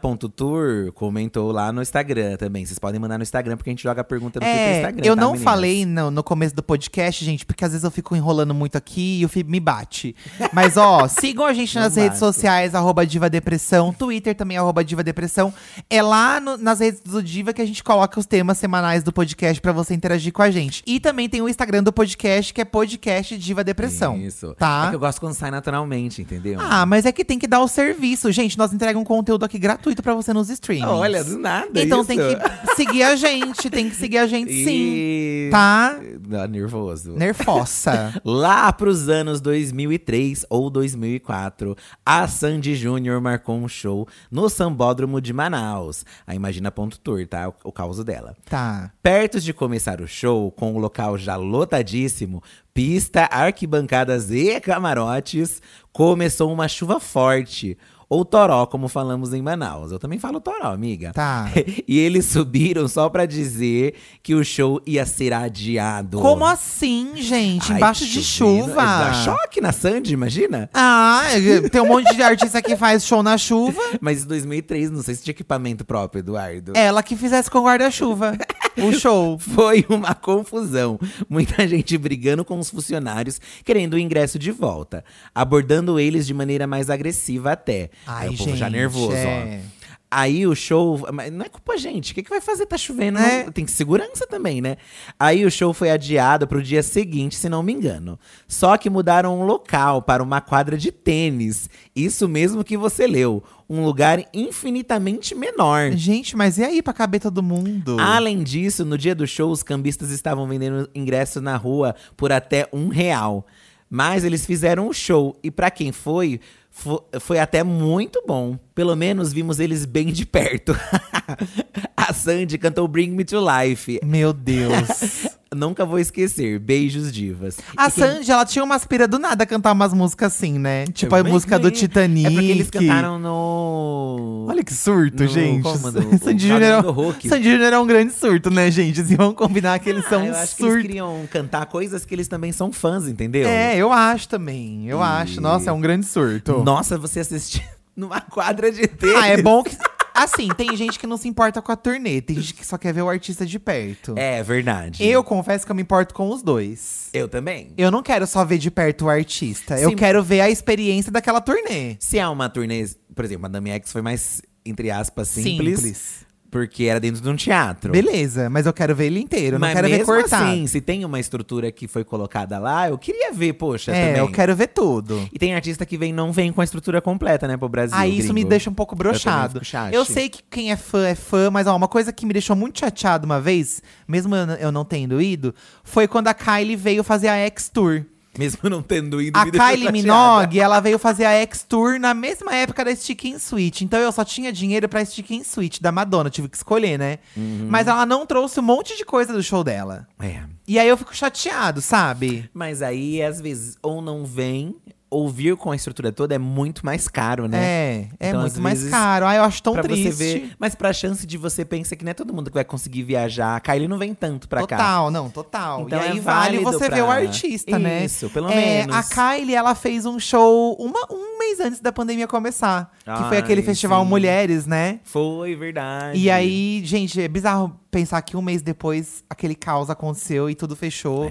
S2: Imagina.tour comentou lá no Instagram também. Vocês podem mandar no Instagram, porque a gente joga a pergunta no Twitter e
S1: É,
S2: Instagram.
S1: eu
S2: tá,
S1: não
S2: meninas?
S1: falei no, no começo do podcast, gente, porque às vezes eu fico enrolando muito aqui e o Fib me bate. Mas ó,
S2: [LAUGHS]
S1: sigam a gente
S2: Não
S1: nas redes
S2: bato.
S1: sociais, arroba Diva Depressão, Twitter também, arroba Diva Depressão. É lá no- nas redes do Diva que a gente coloca os temas semanais do podcast pra você interagir com a gente. E também tem o Instagram do podcast, que é podcast Diva Depressão.
S2: Isso.
S1: Tá?
S2: É que eu gosto quando sai naturalmente, entendeu?
S1: Ah, mas é que tem que dar o serviço. Gente, nós entregamos um conteúdo aqui gratuito pra você nos streams.
S2: Ah, Olha, do nada.
S1: Então
S2: isso.
S1: tem que seguir a gente, tem que seguir a gente sim.
S2: [LAUGHS] E- [LAUGHS]
S1: Tá?
S2: Dá nervoso.
S1: Nerfosa.
S2: Lá pros anos 2003 ou 2004, a Sandy Júnior marcou um show no Sambódromo de Manaus. A Imagina.tour, tá? O, o caos dela.
S1: Tá.
S2: Perto de começar o show, com o local já lotadíssimo, pista, arquibancadas e camarotes, começou uma chuva forte. Ou toró, como falamos em Manaus. Eu também falo toró, amiga.
S1: Tá.
S2: [LAUGHS] E eles subiram só pra dizer que o show ia ser adiado.
S1: Como assim, gente?
S2: Ai, é
S1: Embaixo de
S2: chovendo. Dá
S1: chuva.
S2: choque na Sandy, imagina?
S1: Ah, tem um monte de artista que faz show na
S2: [LAUGHS]
S1: chuva.
S2: Mas em 2003, não sei se tinha equipamento próprio, Eduardo.
S1: Ela que fizesse com guarda-chuva o show.
S2: Então, [LAUGHS] Foi uma confusão. Muita gente brigando com os funcionários, querendo o ingresso de volta. Abordando eles de maneira mais agressiva até.
S1: Ai,
S2: Aí o
S1: gente.
S2: povo já nervoso,
S1: é.
S2: ó. Aí o show. Mas não é culpa, gente. O que, que vai fazer? Tá chovendo.
S1: É.
S2: não- Tem que segurança também, né? Aí o show foi adiado pro dia seguinte, se não me engano. Só que mudaram o local para uma quadra de tênis. Isso mesmo que você leu. Um lugar infinitamente menor.
S1: Gente, mas e aí pra caber todo mundo?
S2: Além disso, no dia do show, os cambistas estavam vendendo ingressos na rua por até um real. Mas eles fizeram o show e pra quem foi, fo- foi até muito bom. Pelo menos vimos eles bem de perto. [LAUGHS] A Sandy cantou Bring Me to Life.
S1: Meu
S2: [LAUGHS]
S1: Deus.
S2: Nunca vou esquecer. Beijos, divas.
S1: A
S2: E quem-
S1: Sandy, ela tinha umas pira do nada cantar umas músicas assim, né? Tipo a
S2: Bem-
S1: música do
S2: bem-
S1: Titanic.
S2: É porque eles cantaram no.
S1: Olha que surto,
S2: No-
S1: gente.
S2: como, no-
S1: [LAUGHS] Sandy
S2: o
S1: Júnior é um-
S2: do Hulk.
S1: Sandy Júnior é um grande surto, né, gente? Assim, vamos combinar que eles
S2: Ah,
S1: são
S2: eu
S1: um
S2: acho que eles
S1: surto.
S2: queriam cantar coisas que eles também são fãs, entendeu?
S1: É, eu acho também. Eu acho. Nossa, é um grande surto.
S2: Nossa, você assistiu [LAUGHS] numa quadra de tênis.
S1: Ah, é bom que. Assim, tem gente que não se importa com a turnê, tem gente que só quer ver o artista de perto.
S2: É verdade.
S1: Eu confesso que eu me importo com os dois.
S2: Eu também.
S1: Eu não quero só ver de perto o artista. Eu
S2: Sim.
S1: quero ver a experiência daquela turnê.
S2: Se é uma turnê, por exemplo, Madame X foi mais, entre aspas, simples,
S1: Simples.
S2: Porque era dentro de um teatro.
S1: Beleza, mas eu quero ver ele inteiro, eu não
S2: Mas
S1: quero ver
S2: mesmo
S1: cortado.
S2: assim, se tem uma estrutura que foi colocada lá, eu queria ver, poxa,
S1: é,
S2: também.
S1: eu quero ver tudo.
S2: E tem artista que vem não vem com a estrutura completa, né, pro Brasil.
S1: Aí isso me
S2: gringo.
S1: deixa um pouco
S2: também
S1: brochado.
S2: fico chate.
S1: Eu sei que quem é fã é fã, mas ó, uma coisa que me deixou muito chateado uma vez, mesmo eu eu não tendo ido, foi quando a Kylie veio fazer a X Tour.
S2: Mesmo não tendo ido,
S1: A
S2: me deixou
S1: Kylie
S2: chateada.
S1: Minogue, ela veio fazer a X Tour na mesma época da Sticking Suite. Então eu só tinha dinheiro pra Sticking Suite da Madonna, tive que escolher, né?
S2: Uhum.
S1: Mas ela não trouxe um monte de coisa do show dela.
S2: É.
S1: E aí eu fico chateado, sabe?
S2: Mas aí, às vezes, ou não vem, ouvir com a estrutura toda é muito mais caro, né?
S1: É, é
S2: Então, às
S1: muito mais
S2: vezes,
S1: caro. Ai, eu acho tão
S2: pra
S1: triste.
S2: você ver. Mas pra chance de você pensa que não é todo mundo que vai conseguir viajar. Kylie não vem tanto pra cá.
S1: Total, não, total.
S2: Então
S1: e aí
S2: é
S1: vale
S2: válido
S1: você
S2: pra-
S1: ver o artista, né?
S2: Isso, pelo
S1: É,
S2: menos.
S1: A Kylie, ela fez um show uma- um mês antes da pandemia começar. que foi
S2: Ai,
S1: aquele festival
S2: sim.
S1: Mulheres, né?
S2: Foi verdade.
S1: E aí, gente, é bizarro pensar que um mês depois aquele caos aconteceu e tudo fechou.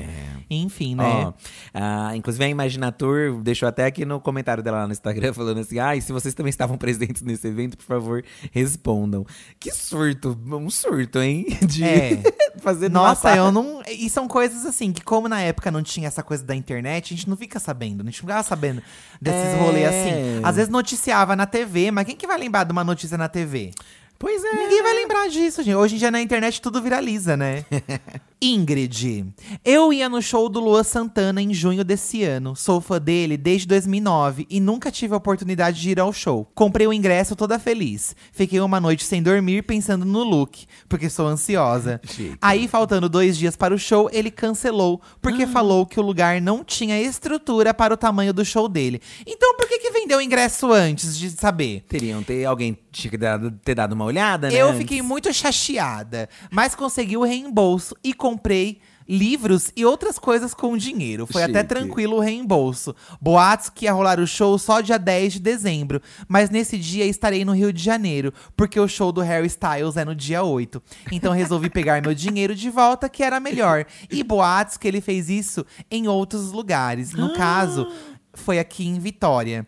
S1: Enfim, né?
S2: É. Ó, ah, inclusive a Imaginatur deixou até aqui no comentário dela lá no Instagram [LAUGHS] falando assim: ai, se vocês também estavam presentes nesse evento, por favor, respondam. Que surto, um surto, hein? [LAUGHS] De
S1: É.
S2: fazer numa
S1: Nossa,
S2: par-
S1: eu não. E são coisas assim que, como na época não tinha essa coisa da internet, a gente não fica sabendo, a gente não ficava sabendo desses
S2: É.
S1: rolês assim. Às vezes noticiava na TV, mas quem que vai lembrar de uma notícia na TV?
S2: Pois é.
S1: Ninguém vai lembrar disso, gente. Hoje em dia na internet tudo viraliza, né? [LAUGHS] Ingrid, eu ia no show do Lua Santana em junho desse ano. Sou fã dele desde 2009 e nunca tive a oportunidade de ir ao show. Comprei o ingresso toda feliz. Fiquei uma noite sem dormir pensando no look, porque sou ansiosa.
S2: Chique.
S1: Aí, faltando dois dias para o show, ele cancelou, porque falou que o lugar não tinha estrutura para o tamanho do show dele. Então, por que, que vendeu o ingresso antes de saber?
S2: Teriam ter alguém tinha que dado- ter dado uma olhada, né?
S1: Eu
S2: antes?
S1: fiquei muito chateada, mas consegui o reembolso e comprei livros e outras coisas com dinheiro. Foi até
S2: Chique.
S1: tranquilo o reembolso. Boatos que ia rolar o show só dia 10 de dezembro, mas nesse dia estarei no Rio de Janeiro, porque o show do Harry Styles é no dia 8. Então resolvi pegar meu dinheiro de volta, que era melhor. E boatos que ele fez isso em outros lugares. No
S2: Ah!
S1: caso, foi aqui em Vitória.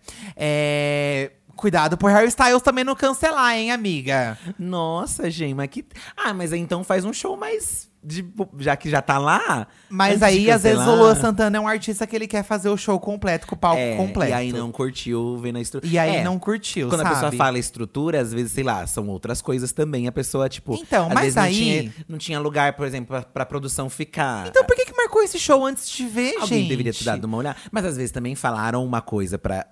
S1: É, Cuidado por Harry Styles também não cancelar, hein, amiga?
S2: Nossa, gente, mas que. Ah, mas aí então faz um show mais. de- Já que já tá lá. antes
S1: Mas
S2: de
S1: aí, às vezes, o
S2: cancelar.
S1: Luan Santana é um artista que ele quer fazer o show completo, com o palco
S2: É,
S1: completo.
S2: E aí não curtiu vendo a estrutura.
S1: E aí
S2: É,
S1: não curtiu,
S2: Quando
S1: sabe?
S2: a pessoa fala estrutura, às vezes, sei lá, são outras coisas também. A pessoa, tipo.
S1: Então,
S2: às
S1: mas
S2: vezes
S1: aí-
S2: Não tinha, não tinha lugar, por exemplo, pra, pra produção ficar.
S1: Então por que que marcou esse show antes de ver,
S2: Alguém
S1: gente?
S2: deveria ter dado uma olhada. Mas às vezes também falaram uma coisa para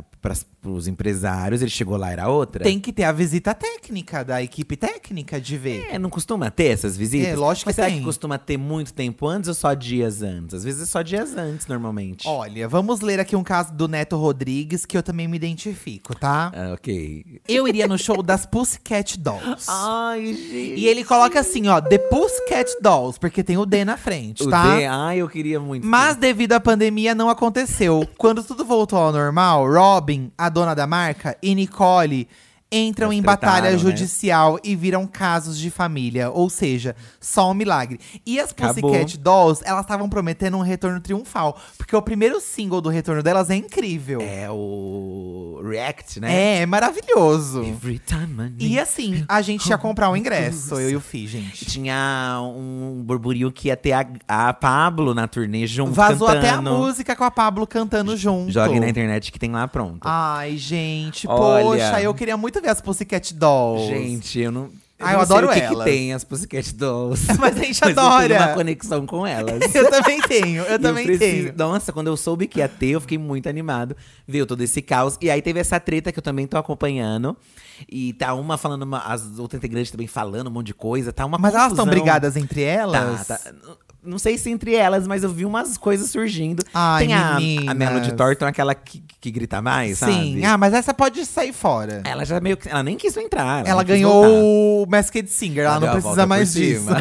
S2: os empresários, ele chegou lá era outra.
S1: Tem que ter a visita técnica, da equipe técnica de ver.
S2: É, não costuma ter essas visitas?
S1: É, lógico
S2: Mas
S1: que
S2: será
S1: tem.
S2: que costuma ter muito tempo antes ou só dias antes? Às vezes é só dias antes, normalmente.
S1: Olha, vamos ler aqui um caso do Neto Rodrigues, que eu também me identifico, tá?
S2: Ah, ok.
S1: Eu iria no show das Pussycat Dolls.
S2: Ai, gente.
S1: E ele coloca assim, ó, The Pussycat Dolls, porque tem o D na frente,
S2: O
S1: tá?
S2: D, ai, eu queria muito.
S1: Mas devido à pandemia não aconteceu. Quando tudo voltou ao normal, Robin, a dona da marca, e Nicole entram
S2: Elas
S1: em batalha
S2: tretaram, né?
S1: judicial e viram casos de família, ou seja, só um milagre. E as
S2: Acabou.
S1: Pussycat Dolls, elas estavam prometendo um retorno triunfal, porque o primeiro single do retorno delas é incrível. É,
S2: É o React, né?
S1: é, maravilhoso.
S2: Every time I
S1: E
S2: need-
S1: assim, a gente ia comprar o ingresso, eu e o Fi, gente.
S2: Tinha um burburinho que ia ter a, a Pablo na turnê junto
S1: Vazou
S2: cantando.
S1: até a música com a Pablo cantando junto.
S2: Joguem na internet que tem lá pronto.
S1: Ai, gente,
S2: Olha.
S1: poxa, eu queria muito ver as Pussycat Dolls.
S2: Gente, eu não. Eu
S1: Ah, eu
S2: não
S1: adoro
S2: sei o que, que
S1: elas.
S2: tem as Pussycat Dolls.
S1: [LAUGHS] Mas a gente
S2: Eu tenho uma
S1: adora.
S2: conexão com elas.
S1: [LAUGHS] Eu também tenho, eu
S2: E
S1: também
S2: preciso-
S1: tenho.
S2: Nossa, quando eu soube que ia ter, eu fiquei muito animado. Viu todo esse caos. E aí teve essa treta que eu também tô acompanhando. E tá uma falando, uma, as outras integrantes também falando um monte de coisa. Tá uma
S1: Mas elas estão
S2: confusão.
S1: brigadas entre
S2: Tá,
S1: elas?
S2: tá. Não sei se entre elas, mas eu vi umas coisas surgindo.
S1: Ai,
S2: Tem a, a
S1: meninas.
S2: Melody Thornton, aquela que, que grita mais,
S1: Sim,
S2: sabe?
S1: ah, mas essa pode sair fora.
S2: Ela já meio que. Ela nem quis entrar.
S1: Ela
S2: não quis voltar.
S1: ganhou um. o Masked Singer, ela,
S2: Ela deu
S1: não
S2: a
S1: precisa
S2: volta por
S1: mais disso.
S2: cima.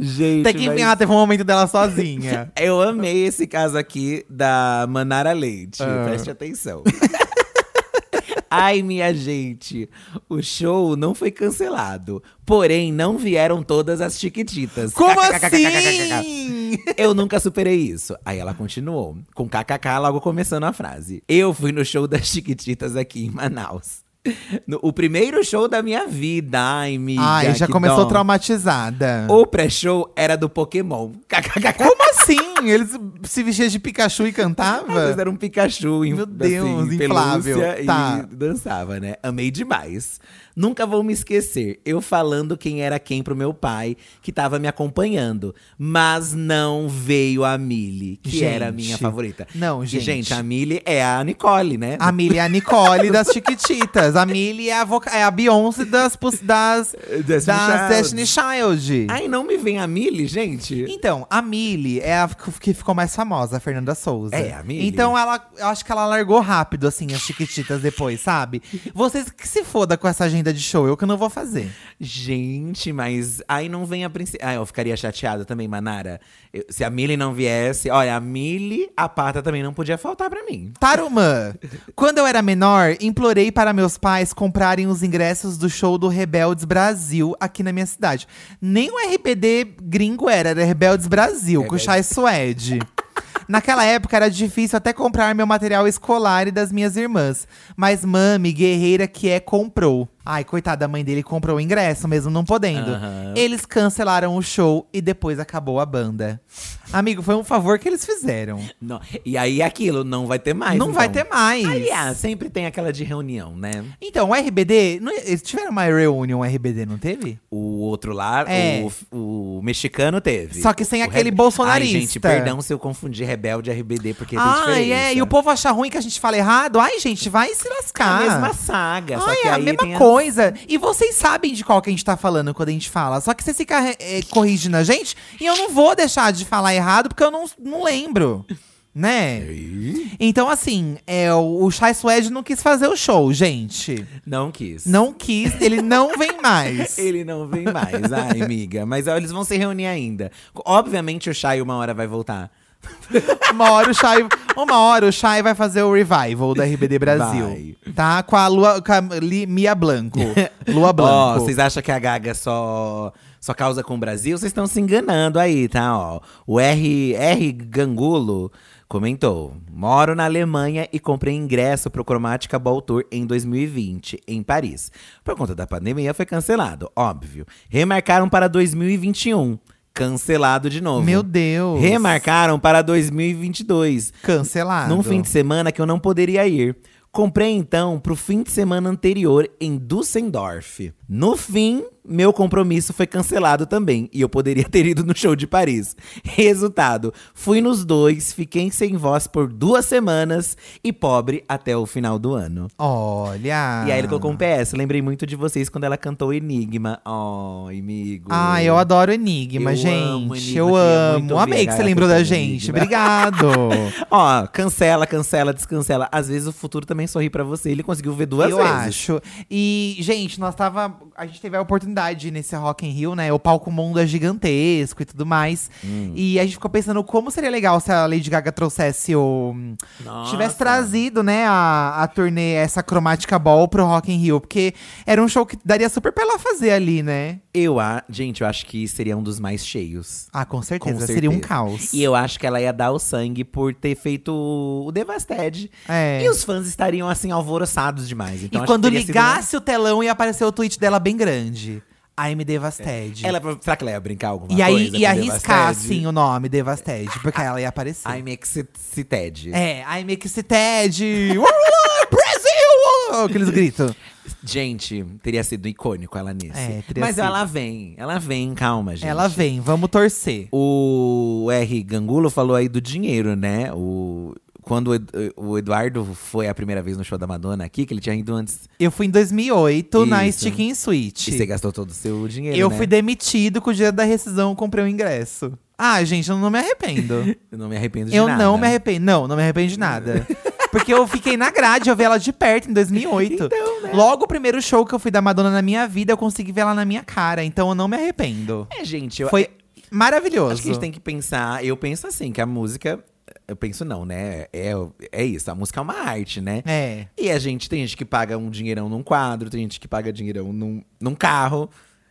S2: Gente,
S1: [LAUGHS] Até que enfim,
S2: mas-
S1: ela teve um momento dela
S2: [LAUGHS]
S1: sozinha.
S2: Eu amei esse caso aqui da Manara Leite. Preste atenção. Ai, minha gente, o show não foi cancelado. Porém, não vieram todas as chiquititas.
S1: Como
S2: KKKKKKKK.
S1: assim?
S2: Eu nunca superei isso. Aí ela continuou, com kkk logo começando a frase. Eu fui no show das Chiquititas aqui em Manaus. No- o primeiro show da minha vida. Ai, miga,
S1: Ai, já
S2: que
S1: começou
S2: dó.
S1: traumatizada.
S2: O pré-show era do Pokémon. KKKK.
S1: Como assim? Eles se vestiam de Pikachu e
S2: Às vezes
S1: cantavam?
S2: era um Pikachu, em-
S1: Meu Deus,
S2: assim,
S1: inflável.
S2: pelúcia
S1: Tá.
S2: e dançava, né? Amei demais. Nunca vou me esquecer, eu falando quem era quem pro meu pai, que tava me acompanhando. Mas não veio a Millie, que era a minha
S1: Gente.
S2: favorita.
S1: Não,
S2: E,
S1: gente.
S2: gente, a Millie é a Nicole, né?
S1: A Millie é a Nicole das Chiquititas. A Millie é a, voca- é a Beyoncé das, pus- das,
S2: Destiny
S1: das
S2: Child.
S1: Destiny Child.
S2: Ai, não me vem a Millie, gente?
S1: Então, a Millie, é a que ficou mais famosa, a Fernanda Souza.
S2: É, a Mili.
S1: Então ela, eu acho que ela largou rápido, assim, as chiquititas depois, sabe? Vocês que se foda com essa agenda de show, eu que não vou fazer.
S2: Gente, mas aí não vem a principal. Ah, eu ficaria chateada também, Manara. Eu- se a Millie não viesse. Olha, a Millie, a pata também não podia faltar pra mim.
S1: Tarumã. Quando eu era menor, implorei para meus pais comprarem os ingressos do show do Rebeldes Brasil aqui na minha cidade. Nem o RBD gringo era, era Rebeldes Brasil,
S2: É
S1: com o Chay Suede. Naquela época era difícil até comprar meu material escolar e das minhas irmãs. Mas mami, guerreira que é, comprou. Ai, coitada, a mãe dele comprou o ingresso, mesmo não podendo.
S2: Aham.
S1: Eles cancelaram o show e depois acabou a banda. Amigo, foi um favor que eles fizeram.
S2: Não. E aí aquilo, não vai ter mais.
S1: não vai
S2: então.
S1: ter mais.
S2: Aliás, sempre tem aquela de reunião, né?
S1: Então, o RBD, não- eles tiveram uma reunião RBD, não teve?
S2: O outro lá,
S1: É.
S2: o, o mexicano teve.
S1: Só que sem
S2: O
S1: aquele
S2: rebe-
S1: bolsonarista.
S2: Ai, gente, perdão se eu confundi rebelde e RBD, porque tem
S1: Ah,
S2: diferença.
S1: é. E o povo acha ruim que a gente fala errado? Ai, gente, vai se
S2: É
S1: lascar.
S2: a mesma saga, só
S1: Ai,
S2: que
S1: é a
S2: aí tem
S1: mesma coisa. E vocês sabem de qual que a gente tá falando quando a gente fala. Só que vocês ficam eh, eh, corrigindo a gente e eu não vou deixar de falar errado porque eu não, não lembro. Né?
S2: Ih,
S1: Então, assim, é, o o Chai Suede não quis fazer o show, gente.
S2: Não quis.
S1: Não quis, ele não vem mais.
S2: [LAUGHS] Ele não vem mais,
S1: [LAUGHS]
S2: ai, amiga. Mas ó, eles vão se reunir ainda. Obviamente o Chay uma hora vai voltar.
S1: Uma hora o Chay, uma hora o Chay vai fazer o revival da RBD Brasil, tá? Com a Lua, com a Li- Mia Blanco, Lua
S2: Ó,
S1: Blanco.
S2: vocês acham que a Gaga só só causa com o Brasil? Vocês estão se enganando aí, tá? Ó, o R R Gangulo comentou: "Moro na Alemanha e comprei ingresso pro Cromática Ball Tour em 2020 em Paris. Por conta da pandemia foi cancelado, óbvio. Remarcaram para 2021." Cancelado de novo.
S1: Meu Deus.
S2: Remarcaram para 2022.
S1: Cancelado.
S2: Num fim de semana que eu não poderia ir. Comprei então pro fim de semana anterior em Düsseldorf. No fim, meu compromisso foi cancelado também e eu poderia ter ido no show de Paris. Resultado: fui nos dois, fiquei sem voz por duas semanas e pobre até o final do ano.
S1: Olha.
S2: E aí ele colocou um PS. Lembrei muito de vocês quando ela cantou Enigma. Oh, amigo.
S1: Ai, eu adoro Enigma,
S2: Eu
S1: gente.
S2: amo Enigma,
S1: eu
S2: queria muito
S1: amo.
S2: ouvir a
S1: Amei que você
S2: Gaga
S1: lembrou da
S2: cantando
S1: gente.
S2: Enigma.
S1: Obrigado.
S2: Ó, cancela, cancela, descancela. Às vezes o futuro também sorri pra você. Ele conseguiu ver [LAUGHS] duas
S1: eu
S2: vezes.
S1: acho. E, gente, nós tava. A gente teve a oportunidade de ir nesse Rock in Rio, né? O palco mundo é gigantesco e tudo mais.
S2: Hum.
S1: E a gente ficou pensando como seria legal se a Lady Gaga trouxesse o.
S2: Nossa.
S1: Tivesse trazido, né, a, a turnê, essa cromática ball pro Rock in Rio. Porque era um show que daria super pra ela fazer ali, né?
S2: Eu, a... gente, eu acho que seria um dos mais cheios.
S1: Ah, com certeza.
S2: Com
S1: Seria um
S2: certeza.
S1: caos.
S2: E eu acho que ela ia dar o sangue por ter feito o Devasted.
S1: É.
S2: E os fãs estariam, assim, alvoroçados demais. Então,
S1: e
S2: acho
S1: quando
S2: que teria sido
S1: ligasse o telão ia aparecer o tweet dela bem grande. I'm Devasted.
S2: um- Ela, será que ela ia brincar alguma
S1: e
S2: coisa?
S1: aí
S2: com
S1: ia arriscar,
S2: Devasted?
S1: assim, o nome Devasted, porque ela ia aparecer.
S2: I'm excited.
S1: É, I'm excited! Brasil! Aqueles gritos.
S2: Gente, teria sido icônico ela nisso.
S1: É, teria
S2: Mas
S1: sido.
S2: ela vem, ela vem, calma, gente.
S1: Ela vem, vamos torcer.
S2: O R. Gangulo falou aí do dinheiro, né? O, quando o Ed- o Eduardo foi a primeira vez no show da Madonna aqui, que ele tinha ido antes.
S1: Eu fui em 2008 na
S2: Isso.
S1: Sticking Switch.
S2: E você gastou todo o seu dinheiro.
S1: Eu
S2: né?
S1: fui demitido com o dinheiro da rescisão, comprei o ingresso. Ah, gente, eu não me arrependo.
S2: [LAUGHS] Eu não me arrependo de
S1: eu
S2: nada.
S1: não me arrependo. Não, não me arrependo de nada. Porque eu fiquei na grade, eu vi ela de perto em 2008.
S2: [LAUGHS] Então, né?
S1: Logo o primeiro show que eu fui da Madonna na minha vida, eu consegui ver ela na minha cara. Então eu não me arrependo.
S2: É, gente, eu
S1: Foi maravilhoso.
S2: acho que a gente tem que pensar. Eu penso assim, que a música. Eu penso não, né? É, é isso, a música é uma arte, né?
S1: É.
S2: E a gente tem gente que paga um dinheirão num quadro, tem gente que paga dinheirão num, num carro.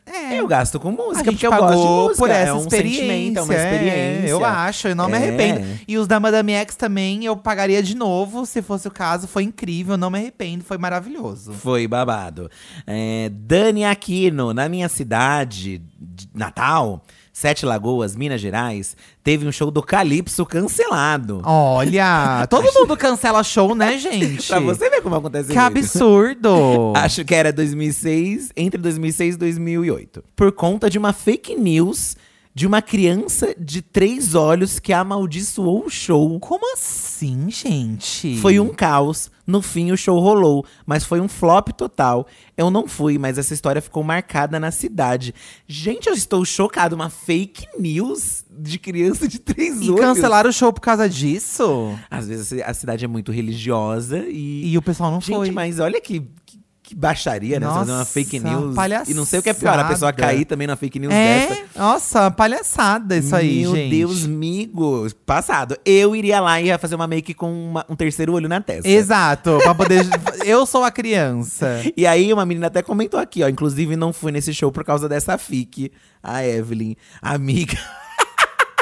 S1: É.
S2: Eu gasto com
S1: A
S2: música,
S1: gente
S2: porque eu
S1: pagou
S2: gosto de música.
S1: por essa
S2: é um sentimento,
S1: experiência.
S2: é uma experiência.
S1: é, eu acho, eu não me
S2: É.
S1: arrependo. E os da Madame X também, eu pagaria de novo, se fosse o caso. Foi incrível, não me arrependo, foi maravilhoso.
S2: Foi babado. É, Dani Aquino, na minha cidade, de Natal, Sete Lagoas, Minas Gerais, teve um show do Calypso cancelado.
S1: Olha, todo mundo cancela show, né, gente?
S2: Pra você ver como acontece
S1: Que
S2: isso.
S1: absurdo!
S2: [LAUGHS] Acho que era 2006, entre 2006 e 2008. Por conta de uma fake news de uma criança de três olhos que amaldiçoou o show.
S1: Como assim, gente?
S2: Foi um caos. No fim, o show rolou, mas foi um flop total. Eu não fui, mas essa história ficou marcada na cidade. Gente, eu estou chocado. Uma fake news de criança de três
S1: E
S2: olhos.
S1: cancelaram o show por causa disso?
S2: Às vezes a cidade é muito religiosa e.
S1: E o pessoal não
S2: Gente,
S1: foi.
S2: mas olha que. que- que baixaria, né? Você fazer uma
S1: Nossa,
S2: fake news.
S1: palhaçada.
S2: E não sei o que é pior, a pessoa cair também na fake news dessa.
S1: É? Nossa, palhaçada isso aí,
S2: Meu
S1: gente.
S2: Deus, migo. Passado. Eu iria lá e ia fazer uma make com uma- um terceiro olho na testa.
S1: Exato, pra
S2: [LAUGHS]
S1: poder. eu sou a criança.
S2: E aí, uma menina até comentou aqui, ó. Inclusive, não fui nesse show por causa dessa fic. A Evelyn, amiga.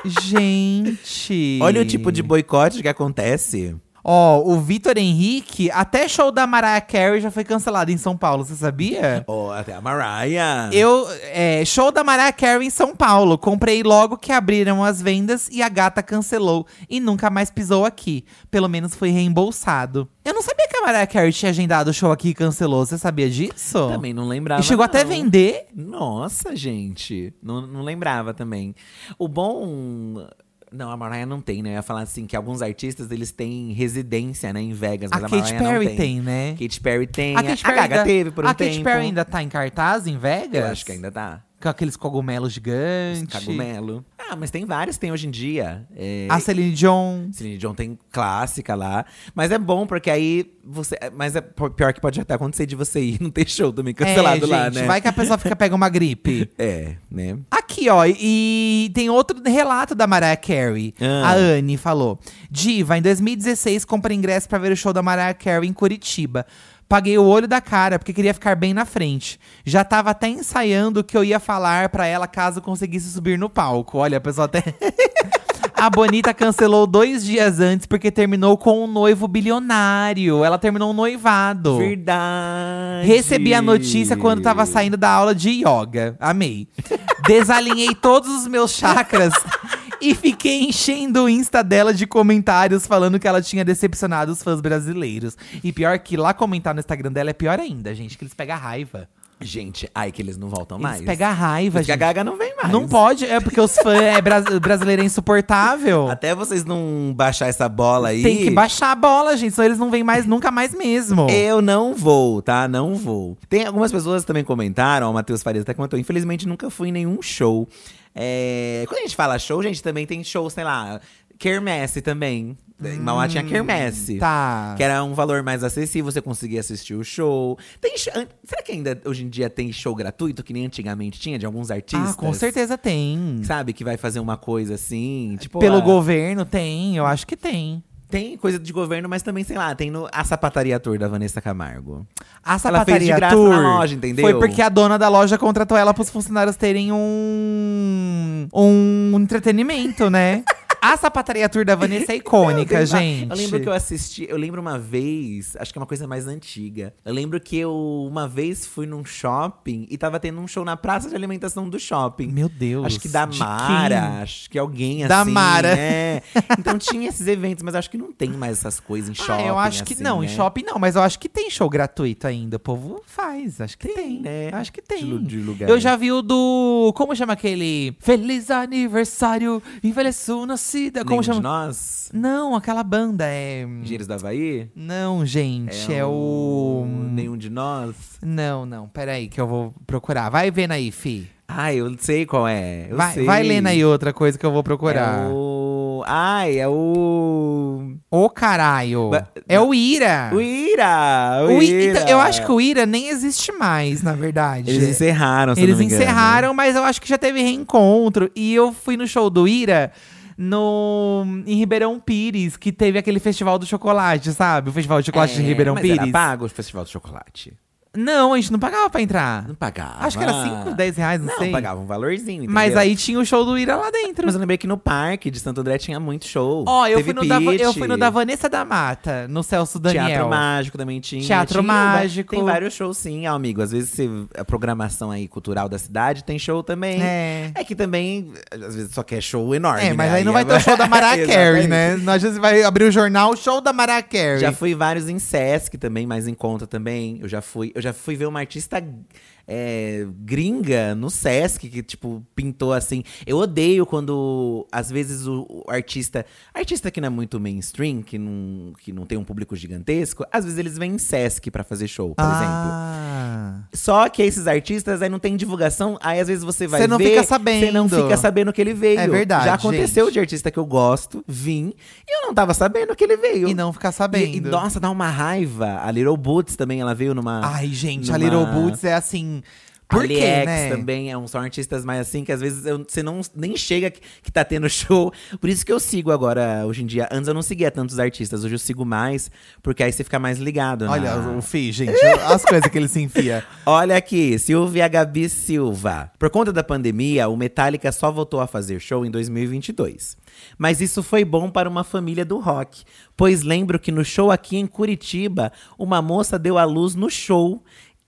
S1: Gente.
S2: Olha o tipo de boicote que acontece.
S1: Ó, o Vitor Henrique, até show da Mariah Carey já foi cancelado em São Paulo, você sabia?
S2: Ó, até a Mariah.
S1: Eu, é, show da Mariah Carey em São Paulo. Comprei logo que abriram as vendas e a gata cancelou e nunca mais pisou aqui. Pelo menos foi reembolsado. Eu não sabia que a Mariah Carey tinha agendado o show aqui e cancelou. Você sabia disso?
S2: também não lembrava.
S1: E chegou até a
S2: não.
S1: vender?
S2: Nossa, gente. Não, não lembrava também. O bom. Não, a Mariah não tem, né? Eu ia falar assim que alguns artistas eles têm residência, né, em Vegas,
S1: A
S2: mas a,
S1: Katy
S2: Mariah
S1: Perry
S2: não
S1: tem.
S2: tem.
S1: né?
S2: Katy Perry tem.
S1: A Katy Perry
S2: Gaga
S1: ainda-
S2: teve por um
S1: a
S2: tempo.
S1: Katy Perry ainda tá em cartaz em Vegas?
S2: Eu acho que ainda tá.
S1: Com aqueles cogumelos gigantes.
S2: Cagumelo. Ah, mas tem vários, tem hoje em dia. É,
S1: A Celine Dion.
S2: Celine Dion tem clássica lá. Mas é bom, porque aí você. Mas é p- pior que pode até acontecer de você ir [LAUGHS] e não ter show também cancelado
S1: É,
S2: lá,
S1: gente,
S2: né?
S1: Vai que a pessoa fica, pega uma
S2: [LAUGHS]
S1: gripe.
S2: É, né?
S1: Aqui, ó, e tem outro relato da Mariah Carey.
S2: Ah.
S1: A Anne falou: Diva, em 2016 comprei ingresso pra ver o show da Mariah Carey em Curitiba. Paguei o olho da cara porque queria ficar bem na frente. Já tava até ensaiando o que eu ia falar pra ela caso conseguisse subir no palco. Olha, a pessoa até. [LAUGHS] A Bonita cancelou dois dias antes porque terminou com um noivo bilionário. Ela terminou um noivado.
S2: Verdade.
S1: Recebi a notícia quando
S2: tá-
S1: tava saindo da aula de yoga. Amei. Desalinhei todos os meus
S2: [LAUGHS]
S1: chakras e fiquei enchendo o Insta dela de comentários falando que ela tinha decepcionado os fãs brasileiros. E pior que lá comentar no Instagram dela é pior ainda, gente, que eles pegam a raiva.
S2: Gente, ai que eles não voltam mais.
S1: Eles pegam a raiva,
S2: Porque a
S1: gente.
S2: Gaga não vem mais.
S1: Não pode, é porque os fãs é bras brasileiro é insuportável.
S2: Até vocês não baixar essa bola aí. É.
S1: Tem que baixar a bola, gente, senão eles não vêm mais nunca mais mesmo.
S2: Eu não vou, tá? Não vou. Tem algumas pessoas que também comentaram, o Matheus Farias até comentou, infelizmente nunca fui em nenhum show. É, Quando a gente fala show, gente, também tem show, sei lá, quermesse também. Em Mauá tinha quermesse.
S1: Hum, Tá.
S2: Que era um valor mais acessível, você conseguia assistir o show. Tem sh- an- Será que ainda hoje em dia tem show gratuito, que nem antigamente tinha, de alguns artistas?
S1: Ah, com certeza tem.
S2: Sabe, que vai fazer uma coisa assim, tipo…
S1: Pelo
S2: ah,
S1: governo tem, eu acho que tem.
S2: Tem coisa de governo, mas também, sei lá, tem no, a Sapataria Tour da Vanessa Camargo.
S1: A
S2: Ela fez de
S1: sapataria
S2: graça
S1: tour
S2: na loja, entendeu?
S1: foi porque a dona da loja contratou ela para os funcionários terem um um entretenimento,
S2: [LAUGHS]
S1: né? a sapataria tour da Vanessa é icônica,
S2: Tem va-
S1: gente.
S2: Eu lembro que eu assisti, eu lembro uma vez, acho que é uma coisa mais antiga. Eu lembro que eu uma vez fui num shopping e tava tendo um show na praça de alimentação do shopping.
S1: Meu Deus.
S2: Acho que da
S1: de Ah,
S2: Mara, acho que alguém assim.
S1: Da Mara.
S2: né? Então tinha esses eventos, mas acho que não tem mais essas coisas em
S1: quem?
S2: shopping.
S1: ah, eu acho que
S2: assim,
S1: não,
S2: né?
S1: em shopping não, mas eu acho que tem show gratuito ainda. O povo faz, acho que tem,
S2: né?
S1: Acho que
S2: De lu-
S1: tem.
S2: de lugar. né?
S1: Eu já vi o do como chama aquele Feliz aniversário, envelheço nascida, como
S2: Nenhum
S1: chama?
S2: de nós?
S1: Não, aquela banda é
S2: Engenheiros da Havaí?
S1: Não, gente, é,
S2: um-
S1: o.
S2: Nenhum de nós?
S1: Não, não, peraí, que eu vou procurar. Vai vendo aí, Fi.
S2: Ah, eu sei qual é. Eu
S1: Vai,
S2: sei.
S1: vai lendo aí outra coisa que eu vou procurar.
S2: É
S1: Ô,
S2: o... Ai, é o.
S1: caralho!
S2: Ba-
S1: É o Ira!
S2: O Ira! O
S1: O I-
S2: Ira.
S1: então, eu acho que o Ira nem existe mais, na verdade.
S2: Eles encerraram, se eu
S1: Eles
S2: não me engano. né?
S1: encerraram, mas eu acho que já teve reencontro. E eu fui no show do Ira no em Ribeirão Pires, que teve aquele festival do chocolate, sabe? O festival de chocolate de
S2: É,
S1: Ribeirão
S2: mas
S1: Pires.
S2: Era pago o Festival do Chocolate.
S1: Não, a gente não pagava pra entrar.
S2: Não pagava.
S1: Acho que era 5, 10 reais, não,
S2: Ah. Não,
S1: sei.
S2: pagava um valorzinho. Entendeu?
S1: Mas aí tinha o show do Ira lá dentro.
S2: Mas eu lembrei que no parque de Santo André tinha muito show.
S1: Ó, eu, fui
S2: Teve
S1: no da, Va- eu
S2: Pitty,
S1: fui no da Vanessa da Mata, no Celso Daniel.
S2: Teatro Mágico também tinha.
S1: Teatro
S2: Tinha um ba-
S1: Mágico.
S2: Tem vários shows, sim, ah, amigo. Às vezes você- a programação aí cultural da cidade tem show também.
S1: É.
S2: É que também, às vezes, só quer show enorme.
S1: É, mas
S2: né?
S1: aí não vai ter o
S2: [LAUGHS]
S1: show da Mariah Carey, né? Nós vezes vai abrir o jornal, o show da Mariah Carey.
S2: Já fui vários em Sesc também, mais em conta também. Eu já fui, eu já fui ver uma artista é, gringa no Sesc, que, tipo, pintou assim. Eu odeio quando, às vezes, o, o artista. Artista que não é muito mainstream, que não, que não tem um público gigantesco, às vezes eles vêm em Sesc pra fazer show, por exemplo.
S1: ah,
S2: Só que esses artistas aí não tem divulgação, aí às vezes você vai
S1: Você não
S2: ver,
S1: fica
S2: Você
S1: sabendo.
S2: não fica sabendo que ele veio.
S1: É verdade,
S2: Já aconteceu
S1: gente.
S2: de artista que eu gosto, vim, e eu não tava sabendo que ele veio.
S1: E não ficar
S2: E,
S1: sabendo.
S2: e, nossa, dá uma raiva. A Little Boots também, ela veio numa.
S1: Ai, gente, a
S2: numa-
S1: Little Boots é assim. Ah, Por
S2: Ali
S1: quê,
S2: X
S1: né?
S2: também é um- são artistas mais assim, que às vezes eu- você não, nem chega que, que tá tendo show. Por isso que eu sigo agora, hoje em dia. Antes eu não seguia tantos artistas, hoje eu sigo mais, porque aí você fica mais ligado. né? na-
S1: Olha, o Fih, gente, as coisas que ele se
S2: [LAUGHS]
S1: enfia.
S2: Olha aqui, Silvia Gabi Silva. Por conta da pandemia, o Metallica só voltou a fazer show em 2022. Mas isso foi bom para uma família do rock, pois lembro que no show aqui em Curitiba, uma moça deu à luz no show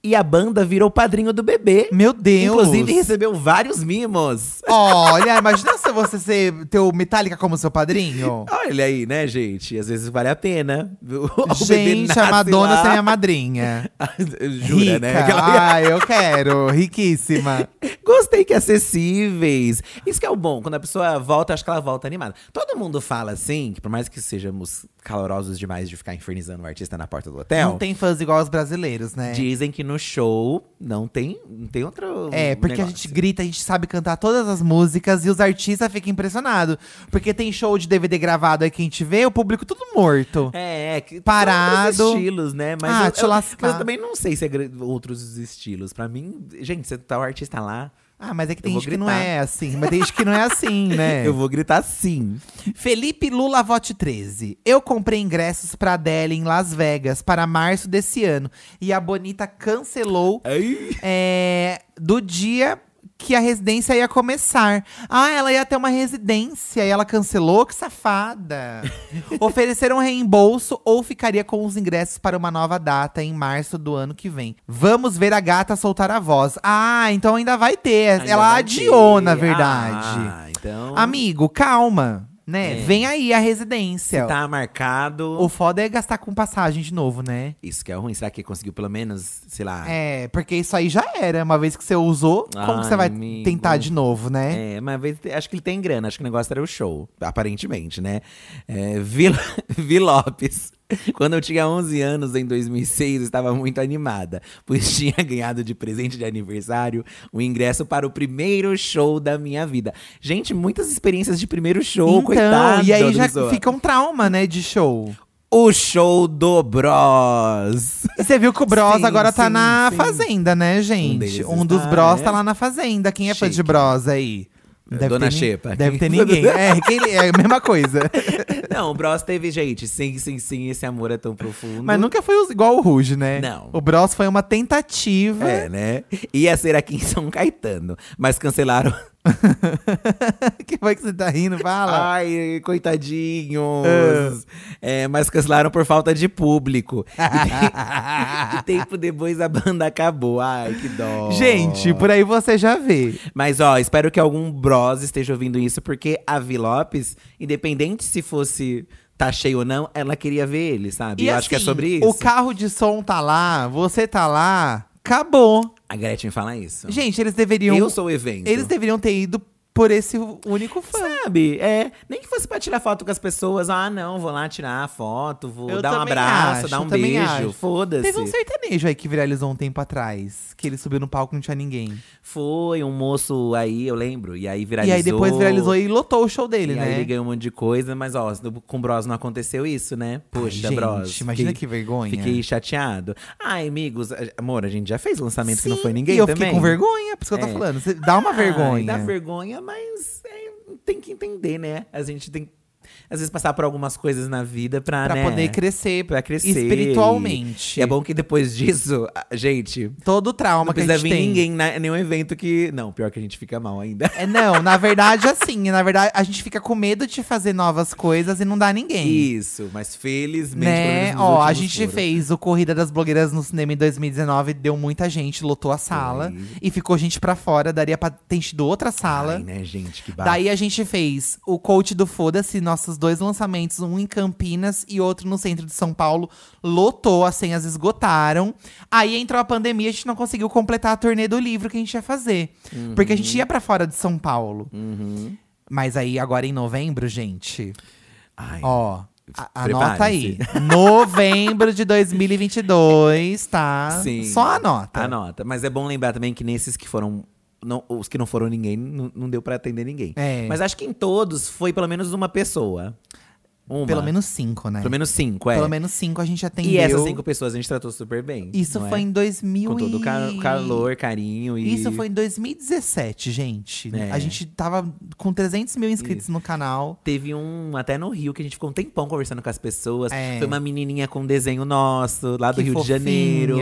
S2: e a banda virou padrinho do bebê.
S1: Meu Deus!
S2: Inclusive recebeu vários mimos.
S1: Olha, imagina se você ser, ter o Metallica como seu padrinho.
S2: Olha aí, né, gente? Às vezes vale a pena. [LAUGHS] O bebê
S1: gente,
S2: nasce
S1: a Madonna
S2: lá.
S1: ser minha madrinha.
S2: [LAUGHS] Jura,
S1: Rica.
S2: né? Aquela-
S1: Ah, eu quero. Riquíssima.
S2: Gostei que é acessíveis. Isso que é o bom, quando a pessoa volta, acho que ela volta animada. Todo mundo fala assim, que por mais que sejamos calorosos demais de ficar infernizando o artista na porta do hotel, é.
S1: Não tem fãs igual os brasileiros, né?
S2: dizem que no show não tem, não tem outro.
S1: É, porque a
S2: um negócio.
S1: gente grita, a gente sabe cantar todas as músicas e os artistas ficam impressionados. Porque tem show de DVD gravado aí que a gente vê, o público tudo morto.
S2: É, é que são
S1: Parado.
S2: outros estilos, né? Mas
S1: Ah,
S2: eu,
S1: te
S2: eu-
S1: lascar.
S2: eu também não sei se é gr- outros estilos. Pra mim, gente, você tá o artista lá,
S1: Ah, mas é que
S2: Eu
S1: tem
S2: vou
S1: gente que não
S2: gritar.
S1: é assim. Mas tem gente que não é
S2: [LAUGHS]
S1: assim, né?
S2: eu vou gritar sim.
S1: Felipe Lula Vote 13. Eu comprei ingressos pra Adele em Las Vegas para março desse ano. E a Bonita cancelou
S2: Ai.
S1: é, do dia que a residência ia começar. Ah, ela ia ter uma residência e ela cancelou, que
S2: [LAUGHS]
S1: safada. Ofereceram reembolso ou ficaria com os ingressos para uma nova data em março do ano que vem. Vamos ver a gata soltar a voz. Ah, então ainda vai ter.
S2: Ainda
S1: ela
S2: vai
S1: adiou,
S2: ter.
S1: na verdade.
S2: Ah, então.
S1: Amigo, calma, né?
S2: É.
S1: Vem aí a residência.
S2: Tá marcado.
S1: O foda é gastar com passagem de novo, né?
S2: Isso que é ruim. Será que conseguiu pelo menos, sei lá?
S1: É, porque isso aí já era. Uma vez que você usou, como
S2: Ai,
S1: que você vai
S2: amigo.
S1: tentar de novo, né?
S2: É, mas vai ter- acho que ele tem grana, acho que o negócio era o show, aparentemente, né? É, [LAUGHS] Vi, Vi Lopes. Quando eu tinha 11 anos, em 2006, eu estava muito animada, pois [LAUGHS] tinha ganhado de presente de aniversário o ingresso para o primeiro show da minha vida. Gente, muitas experiências de primeiro show,
S1: então,
S2: coitado.
S1: e aí
S2: da
S1: já
S2: pessoa.
S1: fica um trauma, né, de show.
S2: O show do Bros. [LAUGHS]
S1: E você viu que o Bros
S2: é. Sim,
S1: agora tá
S2: sim,
S1: na
S2: sim.
S1: Fazenda, né, gente?
S2: deles
S1: Um, dos
S2: está,
S1: Bros
S2: né?
S1: tá lá na Fazenda. Quem é fã de
S2: Chique. É,
S1: Bros aí?
S2: Dona
S1: ter ni-
S2: Xepa.
S1: Deve ter
S2: [LAUGHS]
S1: ninguém. É, quem- é a mesma coisa.
S2: Não, o Bros teve, gente, sim, sim, sim, esse amor é tão profundo.
S1: Mas nunca foi os- igual o Ruge, né?
S2: Não.
S1: O Bros foi uma tentativa.
S2: É, né? Ia ser aqui em São Caetano, mas
S1: [LAUGHS]
S2: cancelaram.
S1: [LAUGHS] que foi que você tá rindo? Fala.
S2: Ai, coitadinhos! É, mas cancelaram por falta de
S1: [LAUGHS]
S2: público. E, tem- [LAUGHS] e tempo depois a banda acabou. Ai, que dó.
S1: Gente, por aí você já vê.
S2: Mas ó, espero que algum bros esteja ouvindo isso, porque a Vi Lopes, independente se fosse tá cheio ou não, ela queria ver ele, sabe? Eu acho que é
S1: assim,
S2: sobre isso.
S1: O carro de som tá lá, você tá lá, acabou.
S2: A Gretchen fala isso.
S1: Gente, eles deveriam.
S2: Então. eu sou o evento.
S1: Eles deveriam ter ido por esse único fã.
S2: Sabe? É, nem que fosse pra tirar foto com as pessoas. Ah, não, vou lá tirar a foto, vou
S1: Eu
S2: dar um
S1: também
S2: abraço,
S1: acho,
S2: dar um
S1: eu também
S2: beijo.
S1: acho.
S2: Foda-se.
S1: Teve um sertanejo aí que viralizou um tempo atrás, que ele subiu no palco e não tinha ninguém.
S2: Foi um moço aí, eu lembro. E aí viralizou.
S1: E aí depois viralizou e lotou o show dele,
S2: e
S1: né?
S2: aí ele ganhou um monte de coisa, mas ó, com o Bros não aconteceu isso, né? Poxa,
S1: Ai, gente,
S2: Bros.
S1: imagina
S2: fiquei-
S1: que vergonha.
S2: Fiquei chateado. Ai, amigos, a- amor, a gente já fez lançamento que não
S1: Sim,
S2: foi ninguém
S1: E eu
S2: também.
S1: fiquei com vergonha, por isso que eu
S2: É.
S1: tô falando. Você dá uma
S2: Ai,
S1: vergonha.
S2: Dá vergonha, mas é, tem que entender, né? A gente tem que, às vezes, passar por algumas coisas na vida pra,
S1: Pra
S2: né?
S1: poder crescer,
S2: Pra crescer.
S1: espiritualmente.
S2: E é bom que depois disso, a- gente,
S1: Todo trauma
S2: não
S1: que a
S2: precisa
S1: gente
S2: vir
S1: tem.
S2: ninguém, na, nenhum evento que. Não, pior que a gente fica mal ainda.
S1: É, não, na verdade, assim, na verdade, a gente fica com medo de fazer novas coisas e não dá ninguém.
S2: Isso, mas felizmente. pelo menos
S1: né?
S2: nos
S1: Ó, a
S2: últimos
S1: gente
S2: foram.
S1: fez o Corrida das Blogueiras no cinema em 2019, deu muita gente, lotou a sala
S2: Foi.
S1: e ficou gente pra fora, daria pra ter tido outra sala.
S2: Ai, né, gente, que bafo.
S1: Daí a gente fez o coach do Foda-se, nós nossos dois lançamentos, um em Campinas e outro no centro de São Paulo. Lotou, as senhas esgotaram. Aí entrou a pandemia, a gente não conseguiu completar a turnê do livro que a gente ia fazer.
S2: Uhum.
S1: Porque a gente ia pra fora de São Paulo. Mas aí, agora em novembro, gente,
S2: Ai,
S1: ó. a-
S2: Prepare-se.
S1: Anota aí. [LAUGHS]
S2: [LAUGHS]
S1: Novembro de 2022, tá?
S2: Sim.
S1: Só anota.
S2: Anota. Mas é bom lembrar também que nesses que foram. não- os que não foram ninguém, não, não deu pra atender ninguém.
S1: É.
S2: Mas acho que em todos foi pelo menos uma pessoa. Uma.
S1: Pelo menos cinco, né?
S2: Pelo menos cinco, é.
S1: Pelo menos cinco a gente atendeu.
S2: e essas cinco pessoas a gente tratou super bem.
S1: Isso
S2: não é?
S1: foi em 2000
S2: Com todo o ca-
S1: e-
S2: calor, carinho e.
S1: Isso foi em 2017, gente.
S2: É.
S1: A gente tava com 300 mil inscritos no canal.
S2: Teve um até no Rio que a gente ficou um tempão conversando com as pessoas.
S1: É.
S2: Foi uma menininha com um desenho nosso, lá do
S1: Que
S2: Rio
S1: fofinha.
S2: de Janeiro.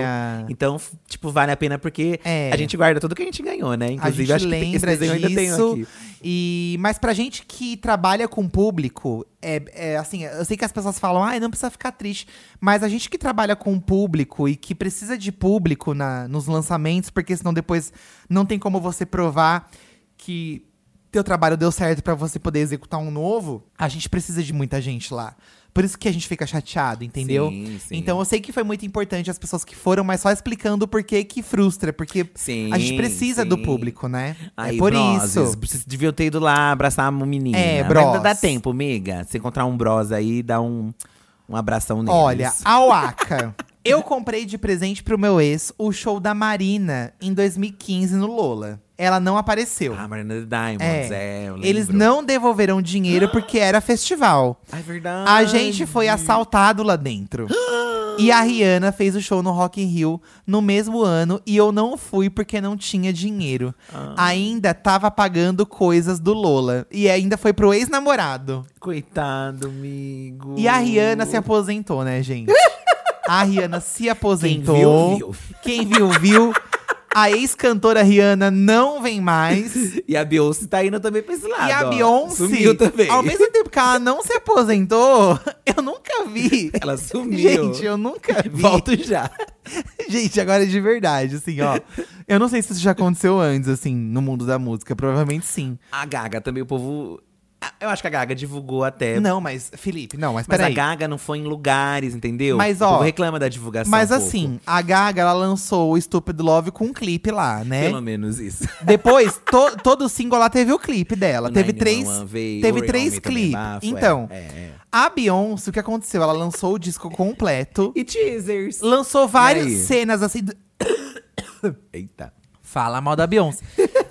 S2: Então, f- tipo, vale a pena porque
S1: É.
S2: a gente guarda tudo que a gente ganhou, né? Inclusive,
S1: a
S2: acho
S1: gente
S2: que tem- esse
S1: lembra
S2: desenho ainda
S1: disso.
S2: tem aqui.
S1: E, mas pra gente que trabalha com público, é, é assim, eu sei que as pessoas falam, ai, não precisa ficar triste. Mas a gente que trabalha com público e que precisa de público na, nos lançamentos, porque senão depois não tem como você provar que teu trabalho deu certo pra você poder executar um novo, a gente precisa de muita gente lá. Por isso que a gente fica chateado, entendeu?
S2: Sim, sim.
S1: Então eu sei que foi muito importante as pessoas que foram, mas só explicando por que que frustra, porque
S2: Sim,
S1: a gente precisa do
S2: sim.
S1: público, né?
S2: Aí,
S1: é por
S2: broses,
S1: isso.
S2: Vocês deviam ter ido lá abraçar uma menina.
S1: É,
S2: Mas
S1: bros.
S2: Ainda dá tempo, miga. Se encontrar um bros aí, dá um, um abração neles.
S1: Olha, a Waka. [LAUGHS] Eu comprei de presente pro meu ex o show da Marina em 2015 no Lola. Ela não apareceu.
S2: Ah, Marina the Diamonds, é,
S1: É.
S2: eu
S1: Eles
S2: lembro.
S1: não devolveram dinheiro porque era festival.
S2: É verdade.
S1: A gente foi assaltado lá [GASPS] dentro. E a Rihanna fez o show no Rock in Rio no mesmo ano e eu não fui porque não tinha dinheiro.
S2: Ah.
S1: Ainda tava pagando coisas do Lola e ainda foi pro ex-namorado.
S2: Coitado, amigo.
S1: E a Rihanna
S2: Uh.
S1: se aposentou, né, [LAUGHS] gente? A Rihanna se aposentou.
S2: Quem viu, viu.
S1: Quem viu, viu. A ex-cantora Rihanna não vem mais.
S2: E a Beyoncé tá indo também pra esse lado.
S1: E a
S2: ó.
S1: Beyoncé,
S2: Sumiu também.
S1: ao mesmo tempo que ela não se aposentou, [LAUGHS] eu nunca vi.
S2: Ela sumiu.
S1: Gente, eu nunca vi.
S2: Volto já.
S1: Gente, agora é de verdade, assim, ó. Eu não sei se isso já aconteceu antes, assim, no mundo da música. Provavelmente sim.
S2: A Gaga também, o povo. Ah, Eu acho que a Gaga divulgou até.
S1: Não, mas, Felipe, não, mas,
S2: É. mas a
S1: peraí.
S2: Gaga não foi em lugares, entendeu?
S1: Mas,
S2: O
S1: ó,
S2: povo reclama da divulgação.
S1: Mas
S2: um pouco.
S1: assim, a Gaga, ela lançou o Stupid Love com um clipe lá, né?
S2: Pelo menos isso.
S1: Depois, to- todo single lá teve o clipe dela.
S2: O
S1: teve
S2: 911
S1: três.
S2: veio,
S1: teve
S2: o Real
S1: três
S2: Me também
S1: clipes.
S2: bafo, é,
S1: Então.
S2: é, é.
S1: A Beyoncé, o que aconteceu? Ela lançou o disco completo.
S2: E teasers.
S1: lançou várias
S2: E aí?
S1: cenas assim. do-
S2: Eita.
S1: Fala mal da
S2: [LAUGHS]
S1: Beyoncé.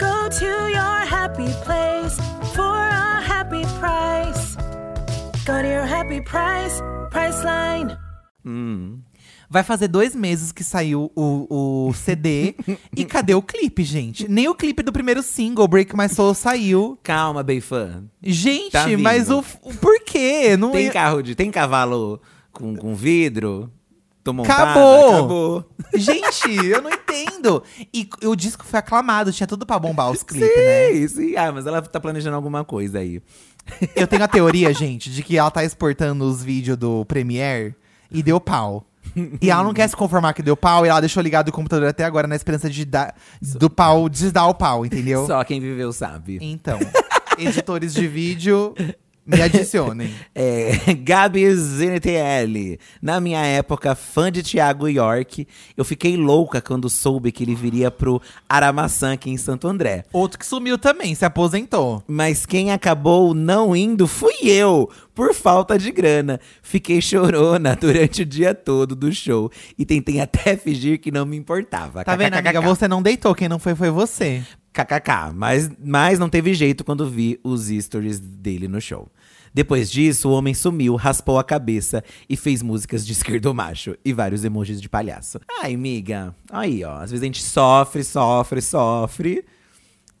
S3: Go to your happy place for a happy price. Go to your happy price, Priceline.
S1: Vai fazer dois meses que saiu o, o
S2: [LAUGHS]
S1: CD. e cadê o clipe, gente? Nem o clipe do primeiro single, Break My Soul, saiu.
S2: Calma, Beifã.
S1: Gente,
S2: Tá vindo.
S1: mas o, o porquê? Não é-
S2: Tem
S1: ia-
S2: carro de. Tem cavalo com, com vidro? Tô montada?
S1: Acabou.
S2: Acabou.
S1: Gente, eu não entendo. E c- o disco foi aclamado, tinha tudo pra bombar os clipes, né?
S2: Sim, sim. Ah, mas ela tá planejando alguma coisa aí.
S1: Eu tenho a teoria, gente, de que ela tá exportando os vídeos do Premiere e deu pau. E ela não quer se conformar que deu pau e ela deixou ligado o computador até agora na esperança de dar do pau, desdar o pau, entendeu?
S2: Só quem viveu sabe.
S1: Então, editores de vídeo, me adicionem.
S2: É, [LAUGHS] Gabi ZNTL. Na minha época, fã de Thiago York, eu fiquei louca quando soube que ele viria pro Aramaçã aqui em Santo André.
S1: Outro que sumiu também, se aposentou.
S2: Mas quem acabou não indo fui eu, por falta de grana. Fiquei chorona [LAUGHS] durante o dia todo do show e tentei até fingir que não me importava.
S1: Tá vendo, amiga? Você não deitou, quem não foi foi você.
S2: KKK, mas, mas não teve jeito quando vi os stories dele no show. Depois disso, o homem sumiu, raspou a cabeça e fez músicas de esquerdo macho e vários emojis de palhaço. Ai, miga, aí ó, às vezes a gente sofre, sofre, sofre.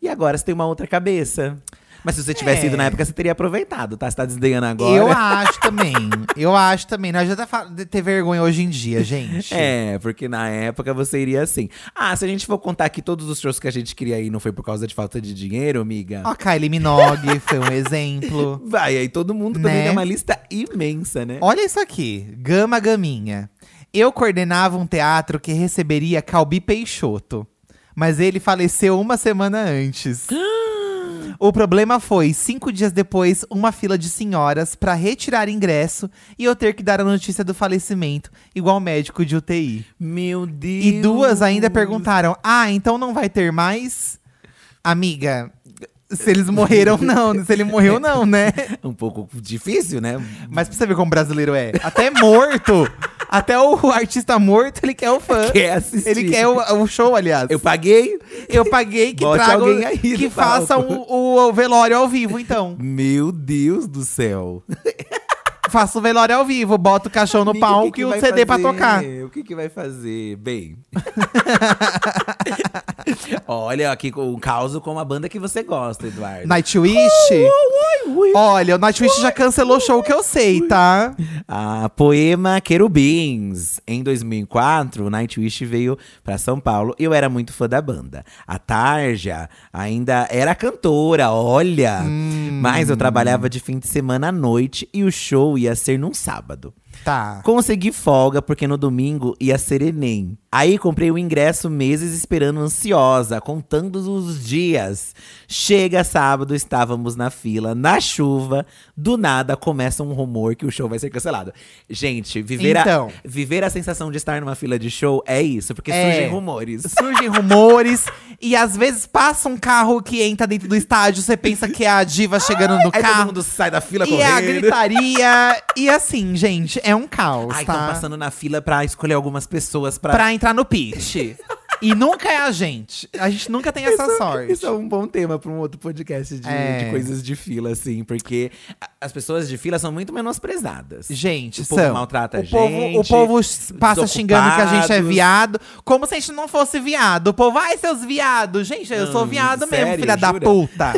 S2: E agora você tem uma outra cabeça. Mas se você tivesse ido na época, você teria aproveitado, tá? Você tá desdenhando agora.
S1: É. Eu acho também. Eu acho também. Não adianta fa- de ter vergonha hoje em dia, gente.
S2: É, porque na época você iria assim. Ah, se a gente for contar que todos os shows que a gente queria ir não foi por causa de falta de dinheiro, amiga.
S1: Ó, Kylie Minogue foi um exemplo.
S2: Vai, aí todo mundo também
S1: Né?
S2: tem uma lista imensa, né?
S1: Olha isso aqui, Gama Gaminha. Eu coordenava um teatro que receberia Calbi Peixoto, mas ele faleceu uma semana antes. O problema foi, cinco dias depois, uma fila de senhoras pra retirar ingresso e eu ter que dar a notícia do falecimento, igual médico de UTI.
S2: Meu Deus.
S1: E duas ainda perguntaram: Ah, então não vai ter mais? Amiga, se eles
S2: [LAUGHS]
S1: morreram, não. Se ele morreu, não, né?
S2: Um pouco difícil, né? [LAUGHS]
S1: Mas pra você ver como brasileiro é. Até morto. até o artista morto, ele quer o fã.
S2: Quer assistir.
S1: Ele quer o, o show, aliás.
S2: é Eu paguei.
S1: Eu paguei que
S2: Bote
S1: traga
S2: alguém aí
S1: que
S2: no
S1: faça
S2: palco.
S1: o, o- o velório ao vivo, então.
S2: Meu Deus do céu.
S1: faça o velório ao vivo, bota o caixão no
S2: [LAUGHS] Amiga,
S1: palco
S2: que
S1: e o
S2: vai
S1: CD pra
S2: fazer?
S1: tocar.
S2: O que, que vai fazer? Bem.
S1: [LAUGHS]
S2: Olha, aqui com um caos com uma banda que você gosta, Eduardo.
S1: Nightwish? Olha, o Nightwish já cancelou o show que eu sei, tá?
S2: A poema Querubins. Em 2004, o Nightwish veio pra São Paulo e eu era muito fã da banda. A Tarja ainda era cantora, olha! Mas eu trabalhava de fim de semana à noite e o show ia ser num sábado.
S1: Tá.
S2: Consegui folga porque no domingo ia ser Enem. Aí comprei o ingresso meses esperando ansiosa, contando os dias. Chega sábado, estávamos na fila, na chuva. Do nada começa um rumor que o show vai ser cancelado. Gente, viver,
S1: Então.
S2: a, viver a sensação de estar numa fila de show é isso, porque
S1: É.
S2: surgem rumores.
S1: Surgem rumores e às vezes passa um carro que entra dentro do estádio, você pensa que é a diva chegando no
S2: [LAUGHS] Aí todo
S1: carro.
S2: mundo sai da fila
S1: E é a
S2: correndo.
S1: gritaria. e assim, gente, é um caos,
S2: Aí estão
S1: tá?
S2: passando na fila pra escolher algumas pessoas pra.
S1: Pra entrar no pitch. e nunca é a gente. A gente nunca tem essa sorte.
S2: Isso é um bom tema pra um outro podcast de,
S1: É.
S2: de coisas de fila, assim, porque a- as pessoas de fila são muito menosprezadas.
S1: Gente,
S2: o povo
S1: são.
S2: maltrata a
S1: o povo,
S2: gente.
S1: O povo s- passa
S2: desocupados.
S1: xingando que a gente é viado. Como se a gente não fosse viado. O povo, ai, seus viados. Gente, eu sou
S2: Não,
S1: viado mesmo,
S2: sério?
S1: filha da
S2: Jura?
S1: puta.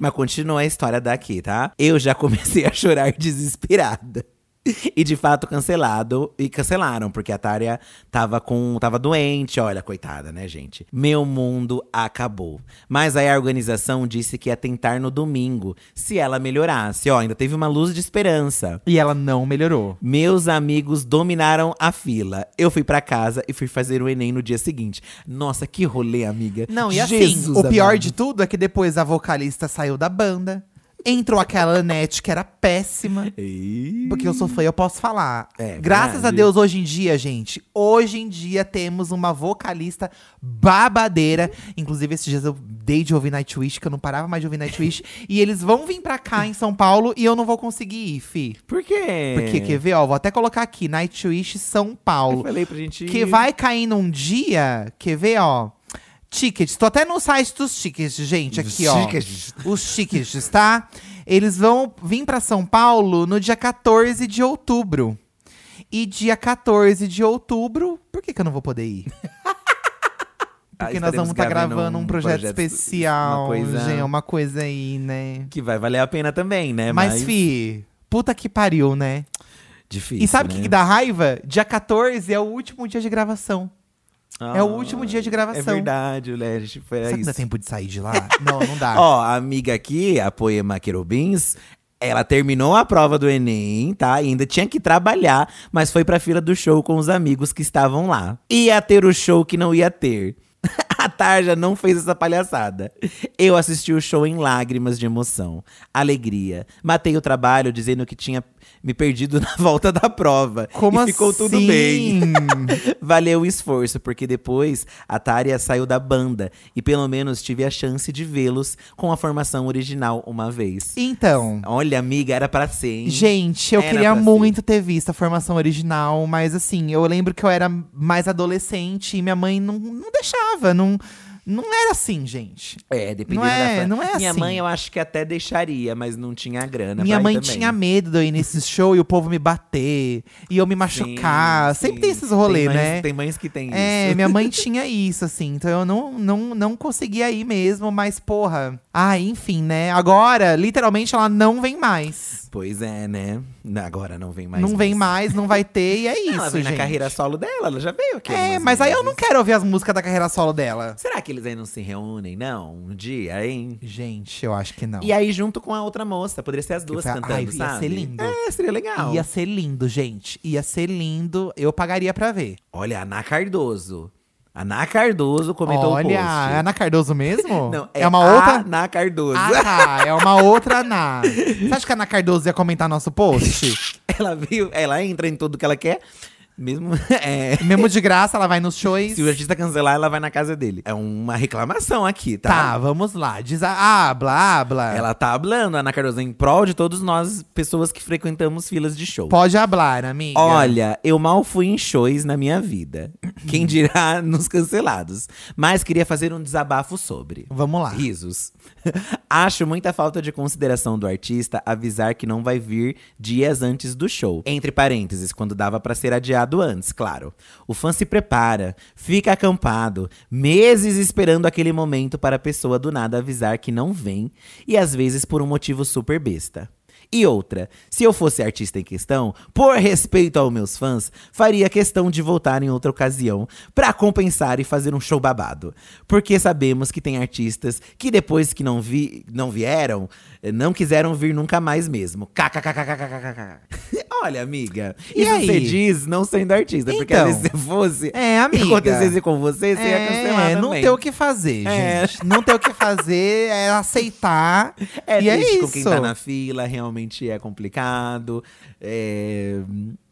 S2: Mas continua a história daqui, tá? Eu já comecei [LAUGHS] a chorar desesperada. E de fato cancelado e cancelaram, porque a Tária tava com tava doente, olha, coitada, né, gente? Meu mundo acabou. Mas aí a organização disse que ia tentar no domingo, se ela melhorasse. Ó, ainda teve uma luz de esperança.
S1: e ela não melhorou.
S2: Meus amigos dominaram a fila. Eu fui pra casa e fui fazer o Enem no dia seguinte. Nossa, que rolê, amiga.
S1: Não, e assim,
S2: Jesus
S1: o pior
S2: amado.
S1: de tudo é que depois a vocalista saiu da banda. Entrou aquela Anete que era péssima.
S2: Ih.
S1: Porque eu sou fã, eu posso falar.
S2: É,
S1: Graças
S2: verdade.
S1: a Deus, hoje em dia, gente, hoje em dia temos uma vocalista babadeira. Inclusive, esses dias eu dei de ouvir Nightwish, que eu não parava mais de ouvir
S2: [LAUGHS]
S1: Nightwish. e eles vão vir pra cá em São Paulo e eu não vou conseguir ir, fi.
S2: Por quê?
S1: Porque, quer ver, ó, vou até colocar aqui, Nightwish São Paulo.
S2: Eu falei pra gente.
S1: Que vai cair num dia, quer ver, ó. Tickets, tô até no site dos tickets, gente, aqui, ó.
S2: Tickets.
S1: Os tickets, tá? Eles vão vir pra São Paulo no dia 14 de outubro. E dia 14 de outubro, por que, que eu não vou poder ir?
S2: Ah,
S1: Porque nós vamos estar gravando um projeto, especial,
S2: Uma coisa
S1: gente, uma coisa aí, né?
S2: que vai valer a pena também, né?
S1: Mas, fi, puta que pariu, né?
S2: Difícil.
S1: e sabe o
S2: né?
S1: que, que dá raiva? Dia 14 é o último dia de gravação. É o último dia de gravação.
S2: Ah, É verdade, né? A gente foi
S1: Será que
S2: isso.
S1: dá tempo de sair de lá? não, não
S2: [LAUGHS]
S1: dá.
S2: Ó, a amiga aqui, a Poema Querubins, ela terminou a prova do Enem, tá? E ainda tinha que trabalhar, mas foi pra fila do show com os amigos que estavam lá. Ia ter o show que não ia ter. [LAUGHS] A Tarja não fez essa palhaçada. Eu assisti o show em lágrimas de emoção, alegria. Matei o trabalho dizendo que tinha me perdido [LAUGHS] na volta da prova.
S1: Como
S2: e ficou tudo
S1: assim?
S2: bem. [LAUGHS] Valeu o esforço, porque depois a Tária saiu da banda e pelo menos tive a chance de vê-los com a formação original uma vez.
S1: Então.
S2: Olha, amiga, era pra ser, hein?
S1: Gente, eu
S2: Era
S1: queria
S2: pra ser.
S1: muito ter visto a formação original, mas assim, eu lembro que eu era mais adolescente e minha mãe não, não deixava, não, Não era assim, gente.
S2: É, dependendo
S1: Não é-
S2: da fa-
S1: não é
S2: Minha
S1: assim.
S2: mãe eu acho que até deixaria, mas não tinha grana.
S1: Minha
S2: pra
S1: mãe
S2: ir também.
S1: tinha medo de eu ir nesse show e o povo me bater, e eu me
S2: Sim,
S1: machucar. Sempre
S2: sim.
S1: tem esses rolês,
S2: Tem mães-
S1: né?
S2: Tem mães que tem
S1: É,
S2: isso.
S1: minha
S2: [LAUGHS]
S1: mãe tinha isso, assim. Então eu não, não, não conseguia ir mesmo, mas porra. Ah, enfim, né? Agora, literalmente, ela não vem mais.
S2: Pois é, né? Na- Agora não vem mais.
S1: não vem
S2: isso.
S1: mais, não vai ter, e é isso,
S2: [LAUGHS] Ela vem
S1: gente.
S2: na carreira solo dela, ela já veio aqui.
S1: É,
S2: algumas
S1: mas aí eu
S2: vezes.
S1: não quero ouvir as músicas da carreira solo dela.
S2: Será que eles aí não se reúnem, não? Um dia, hein?
S1: Gente, eu acho que não.
S2: E aí, junto com a outra moça, poderia ser as duas
S1: foi a-
S2: cantando,
S1: Ai, ia ser
S2: sabe?
S1: lindo.
S2: É, seria legal.
S1: Ia ser lindo, gente. Ia ser lindo. Eu pagaria pra ver.
S2: Olha, Ana Cardoso. Ana Cardoso comentou o post.
S1: Olha, é Ana Cardoso mesmo?
S2: [LAUGHS] Não,
S1: é, uma outra.
S2: Ana Cardoso.
S1: Ah, tá, é uma outra Ana. Você acha que a Ana Cardoso ia comentar nosso post?
S2: [LAUGHS] Ela viu, ela entra em tudo que ela quer. Mesmo. [LAUGHS] é,
S1: Mesmo de graça, ela vai nos shows.
S2: se o artista cancelar, ela vai na casa dele. É uma reclamação aqui,
S1: Tá, vamos lá. Diz a habla, habla.
S2: Ela tá hablando, Ana Cardoso, em prol de todos nós, pessoas que frequentamos filas de show.
S1: Pode hablar, amiga.
S2: Olha, eu mal fui em shows na minha vida. Quem dirá [LAUGHS] nos cancelados. Mas queria fazer um desabafo sobre.
S1: Vamos lá.
S2: Risos. [LAUGHS] Acho muita falta de consideração do artista avisar que não vai vir dias antes do show. Entre parênteses, quando dava pra ser adiado antes, claro. O fã se prepara, fica acampado, meses esperando aquele momento para a pessoa do nada avisar que não vem e às vezes por um motivo super besta. E outra, se eu fosse artista em questão, por respeito aos meus fãs, faria questão de voltar em outra ocasião pra compensar e fazer um show babado. Porque sabemos que tem artistas que depois que não vi, não vieram, eh, não quiseram vir nunca mais mesmo. KKKKKKKK. Olha, amiga,
S1: E
S2: isso
S1: aí?
S2: você diz não sendo artista, porque
S1: Então.
S2: às vezes se fosse,
S1: É,
S2: e
S1: amiga.
S2: acontecesse com você, você ia cancelar
S1: É, não
S2: também.
S1: tem o que fazer,
S2: É.
S1: gente. Não tem o que fazer, é aceitar.
S2: É
S1: e é
S2: triste
S1: isso.
S2: com quem tá na fila, realmente é complicado. É...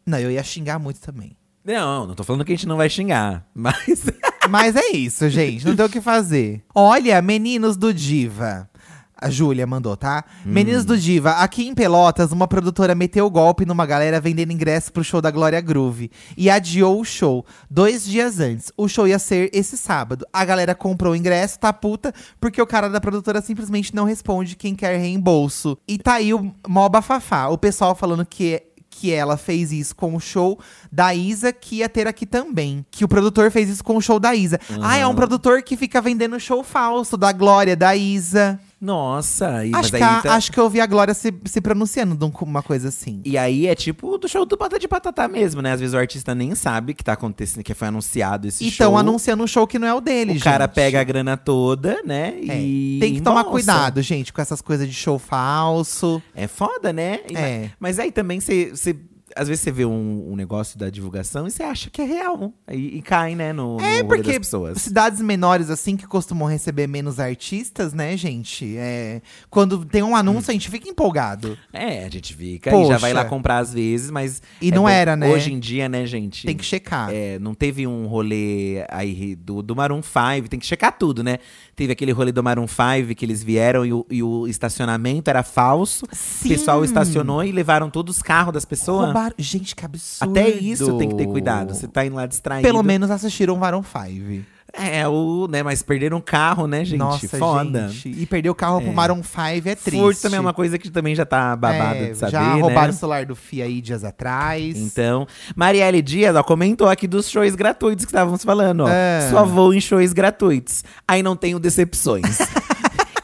S1: Não, eu ia xingar muito também.
S2: Não, não tô falando que a gente não vai xingar, mas.
S1: [LAUGHS] Mas é isso, gente. Não tem o que fazer. Olha, meninos do Diva. A Júlia mandou, tá? Meninos do Diva, aqui em Pelotas, uma produtora meteu golpe numa galera vendendo ingresso pro show da Glória Groove. E adiou o show dois dias antes. O show ia ser esse sábado. A galera comprou o ingresso, tá puta, porque o cara da produtora simplesmente não responde quem quer reembolso. E tá aí o mó bafafá. O pessoal falando que que ela fez isso com o show da Isa, que ia ter aqui também. Que o produtor fez isso com o show da Isa. Ah,
S2: Uhum.
S1: é um produtor que fica vendendo show falso da Glória, da Isa.
S2: Nossa, e, mas
S1: Acho que,
S2: aí
S1: a-
S2: tá-
S1: acho que eu ouvi a Glória se, se pronunciando de um- uma coisa assim.
S2: E aí é tipo do show do Bata de Patatá mesmo, né? Às vezes o artista nem sabe que tá acontecendo, que foi anunciado esse
S1: E
S2: show.
S1: estão anunciando um show que não é o dele,
S2: O
S1: gente.
S2: cara pega a grana toda, né?
S1: É,
S2: E.
S1: Tem que tomar
S2: Nossa,
S1: cuidado, gente, com essas coisas de show falso.
S2: É foda, né? E
S1: É.
S2: ma- Mas aí também você. você- Às vezes você vê um, um negócio da divulgação e você acha que é real. E, e cai, né? No,
S1: É
S2: no rolê
S1: porque
S2: das pessoas.
S1: cidades menores, assim, que costumam receber menos artistas, né, gente? É, quando tem um anúncio, a gente fica empolgado.
S2: É, a gente fica e
S1: Poxa.
S2: já vai lá comprar às vezes, mas.
S1: E
S2: é
S1: não
S2: bom-
S1: era, né?
S2: Hoje em dia, né, gente?
S1: Tem que checar.
S2: É, não teve um rolê aí do, do Maroon 5, tem que checar tudo, né? Teve aquele rolê do Maroon 5 que eles vieram e o, e o estacionamento era falso.
S1: Sim.
S2: O pessoal estacionou e levaram todos os carros das pessoas.
S1: Roubaram. Gente, que absurdo.
S2: Até isso tem que ter cuidado. Você tá indo lá distraído.
S1: Pelo menos assistiram Varon 5.
S2: É, o, né? Mas perderam o carro, né, gente?
S1: Nossa,
S2: Foda.
S1: gente. E perder o carro pro Maroon 5 é triste.
S2: Furto também é uma coisa que também já tá babado
S1: É,
S2: de saber,
S1: Já
S2: né?
S1: roubaram o celular do Fia aí dias atrás.
S2: Então, Marielle Dias, ó, comentou aqui dos shows gratuitos que estávamos falando, ó.
S1: É.
S2: Só vou em shows gratuitos. Aí não tenho [LAUGHS] decepções.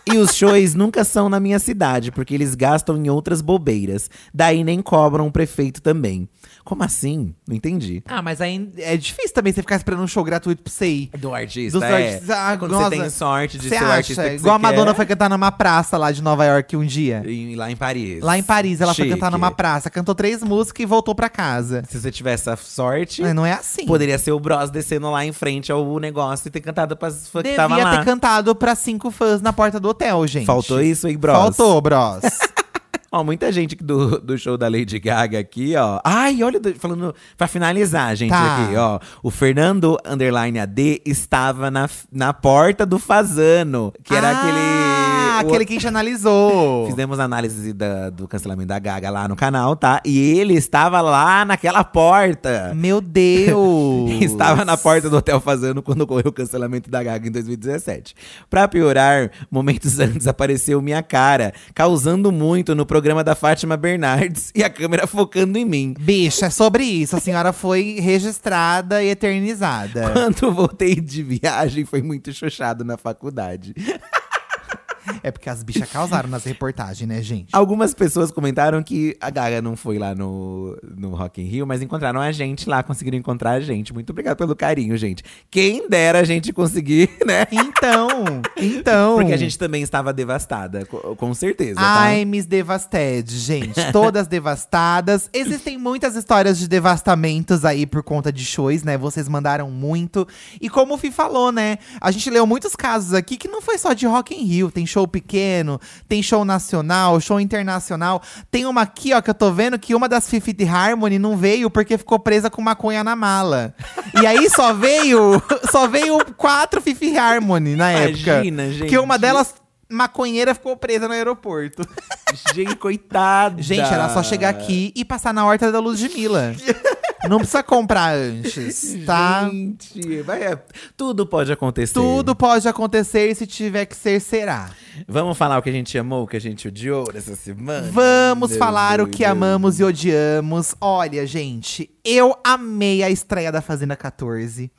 S2: E os shows nunca são na minha cidade, porque eles gastam em outras bobeiras. Daí nem cobram o prefeito também. Como assim? Não entendi.
S1: Ah, mas aí é difícil também você ficar esperando um show gratuito pra você ir.
S2: Do artista,
S1: Dos artistas, ah,
S2: É Quando
S1: nossa,
S2: você tem sorte de
S1: você
S2: ser o
S1: acha?
S2: artista que
S1: Igual a
S2: você
S1: Madonna
S2: quer.
S1: foi cantar numa praça lá de Nova York um dia.
S2: E lá em Paris.
S1: Lá em Paris, ela foi
S2: Chique.
S1: cantar numa praça, cantou três músicas e voltou pra casa.
S2: Se você tivesse a sorte,
S1: Mas Não é assim.
S2: poderia ser o Bros descendo lá em frente ao negócio e ter cantado pras fãs que
S1: Devia
S2: tava
S1: ter
S2: lá.
S1: cantado pra cinco fãs na porta do hotel, gente.
S2: Faltou isso, hein, Bros?
S1: Faltou, bros.
S2: Ó, muita gente que do, do show da Lady Gaga aqui, ó. Ai, olha, do- falando pra finalizar, gente,
S1: Tá.
S2: aqui, ó. O Fernando Underline AD estava na, f- na porta do Fazano, [LAUGHS] que era
S1: Ah, Ah, aquele que a gente analisou.
S2: Fizemos análise da- do cancelamento da Gaga lá no canal, tá? E ele estava lá naquela porta.
S1: Meu Deus!
S2: [LAUGHS] Estava na porta do hotel fazendo quando ocorreu o cancelamento da Gaga em 2017. Pra piorar, momentos [LAUGHS] antes apareceu minha cara, causando muito no programa da Fátima Bernardes e a câmera focando em mim.
S1: Bicha, é sobre isso. A senhora foi registrada e eternizada.
S2: Quando voltei de viagem, foi muito chuchado na faculdade.
S1: é porque as bichas causaram nas reportagens, né, gente?
S2: Algumas pessoas comentaram que a Gaga não foi lá no, no Rock in Rio, mas encontraram a gente lá, conseguiram encontrar a gente. Muito obrigado pelo carinho, gente. Quem dera a gente conseguir, [LAUGHS] né?
S1: Então, então.
S2: Porque a gente também estava devastada, co- com certeza. tá?
S1: Ai, Miss Devasted, gente.
S2: [LAUGHS]
S1: Todas devastadas. Existem muitas histórias de devastamentos aí por conta de shows, né? Vocês mandaram muito. E como o Fih falou, né? A gente leu muitos casos aqui que não foi só de Rock in Rio. Tem show pequeno, tem show nacional, show internacional. Tem uma aqui, ó, que eu tô vendo que uma das Fifth Harmony não veio porque ficou presa com maconha na mala. E aí só veio, [LAUGHS] só veio quatro Fifth Harmony né? na época.
S2: Imagina, gente.
S1: Que uma delas maconheira ficou presa no aeroporto.
S2: Gente, coitada.
S1: Gente, era só chegar aqui e passar na horta da Ludmilla. Não precisa comprar antes, tá?
S2: Gente, vai- é, tudo pode acontecer.
S1: Tudo pode acontecer e se tiver que ser, será.
S2: Vamos falar o que a gente amou, o que a gente odiou nessa semana?
S1: Vamos
S2: Meu
S1: falar o
S2: Deus,
S1: que
S2: meu
S1: amamos e odiamos. Olha, gente, eu amei a estreia da Fazenda 14.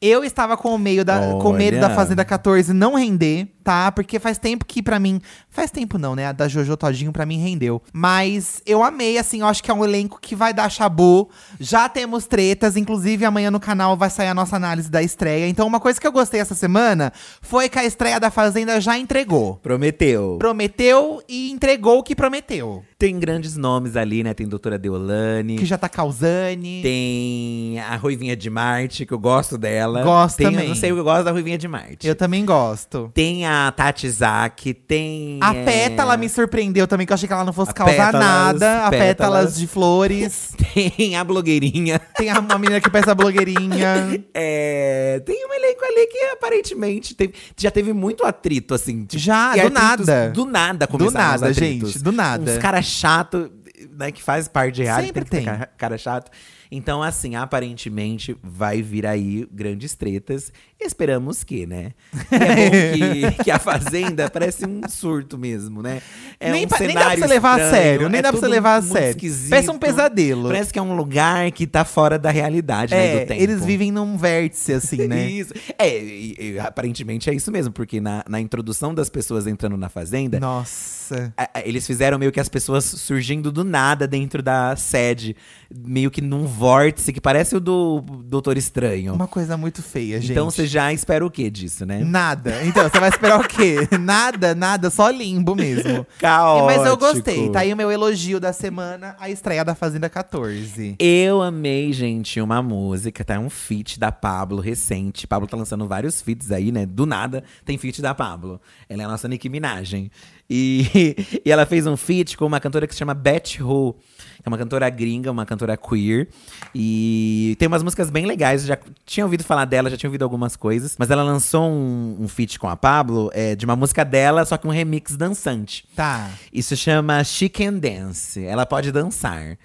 S1: Eu estava com o, meio da, com medo da
S2: Olha.
S1: Fazenda 14 não render, tá? Porque faz tempo que pra mim. Faz tempo não, né? A da Jojo Todinho pra mim rendeu. Mas eu amei, assim, eu acho que é um elenco que vai dar chabu. Já temos tretas, inclusive amanhã no canal vai sair a nossa análise da estreia. Então, uma coisa que eu gostei essa semana foi que a estreia da Fazenda já entregou.
S2: Prometeu.
S1: Prometeu e entregou o que prometeu.
S2: Tem grandes nomes ali, né? Tem Doutora Deolane.
S1: que já tá causando.
S2: Tem a Ruivinha de Marte, que eu gosto dela.
S1: Gosto
S2: tem,
S1: também.
S2: Eu não sei o que eu gosto da Ruivinha de Marte.
S1: Eu também gosto.
S2: Tem a Tati Zaki, tem.
S1: A
S2: é,
S1: pétala me surpreendeu também, que eu achei que ela não fosse
S2: A
S1: causar
S2: pétalas,
S1: nada. A pétalas,
S2: pétalas.
S1: de flores.
S2: [LAUGHS] Tem a blogueirinha.
S1: Tem a- uma menina que parece a
S2: [LAUGHS]
S1: blogueirinha.
S2: É, tem um elenco ali que aparentemente teve- já teve muito atrito, assim. tipo,
S1: Já,
S2: e
S1: do
S2: atritos-
S1: nada.
S2: Do nada começaram
S1: nada,
S2: os atritos.
S1: gente, do nada.
S2: Uns caras chato né, que faz parte de reality,
S1: Sempre
S2: tem que ter
S1: tem.
S2: cara, cara chato. Então, assim, aparentemente vai vir aí grandes tretas. Esperamos que, né? E
S1: [LAUGHS]
S2: é bom que, que a Fazenda parece um surto mesmo, né? É
S1: nem,
S2: um
S1: pa- nem dá pra
S2: cenário
S1: você levar a
S2: estranho,
S1: sério. Nem
S2: é
S1: dá pra você
S2: tudo
S1: levar a
S2: muito
S1: sério.
S2: esquisito.
S1: Parece um pesadelo.
S2: Parece que é um lugar que tá fora da realidade, né?
S1: é,
S2: Do tempo.
S1: eles vivem num vértice, assim, né?
S2: Isso. É, e- e aparentemente é isso mesmo, porque na, na introdução das pessoas entrando na fazenda,
S1: Nossa.
S2: a- a- eles fizeram meio que as pessoas surgindo do nada dentro da sede, meio que num vórtice que parece o do Doutor Estranho.
S1: Uma coisa muito feia, gente.
S2: Então você já espera o que disso, né?
S1: Nada. Então, você vai esperar o
S2: [LAUGHS]
S1: quê? Nada, nada, só limbo mesmo. E-
S2: Caótico.
S1: Mas eu gostei. Tá aí o meu elogio da semana, a estreia da Fazenda 14.
S2: Eu amei, gente, uma música, tá? É um feat da Pablo recente. Pablo tá lançando vários feats aí, né? Do nada tem feat da Pablo. Ela é a nossa Nicki Minaj. E, [LAUGHS] e ela fez um feat com uma cantora que se chama Beth Ho, que é uma cantora gringa, uma cantora queer. E tem umas músicas bem legais. eu Já tinha ouvido falar dela, já tinha ouvido algumas coisas. Mas ela lançou um, um feat com a Pablo é, de uma música dela, só que um remix dançante.
S1: Tá.
S2: Isso chama She Can Dance. Ela pode dançar.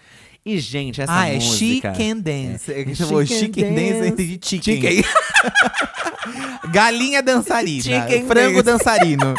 S2: E, gente, essa
S1: ah, é
S2: música…
S1: She Can Dance. É.
S2: É.
S1: que Você falou
S2: She
S1: She
S2: Can
S1: Can Dance, eu
S2: Dance.
S1: entendi chicken.
S2: [LAUGHS] Chicken.
S1: Galinha dançarina.
S2: Chicken
S1: frango
S2: dance.
S1: dançarino.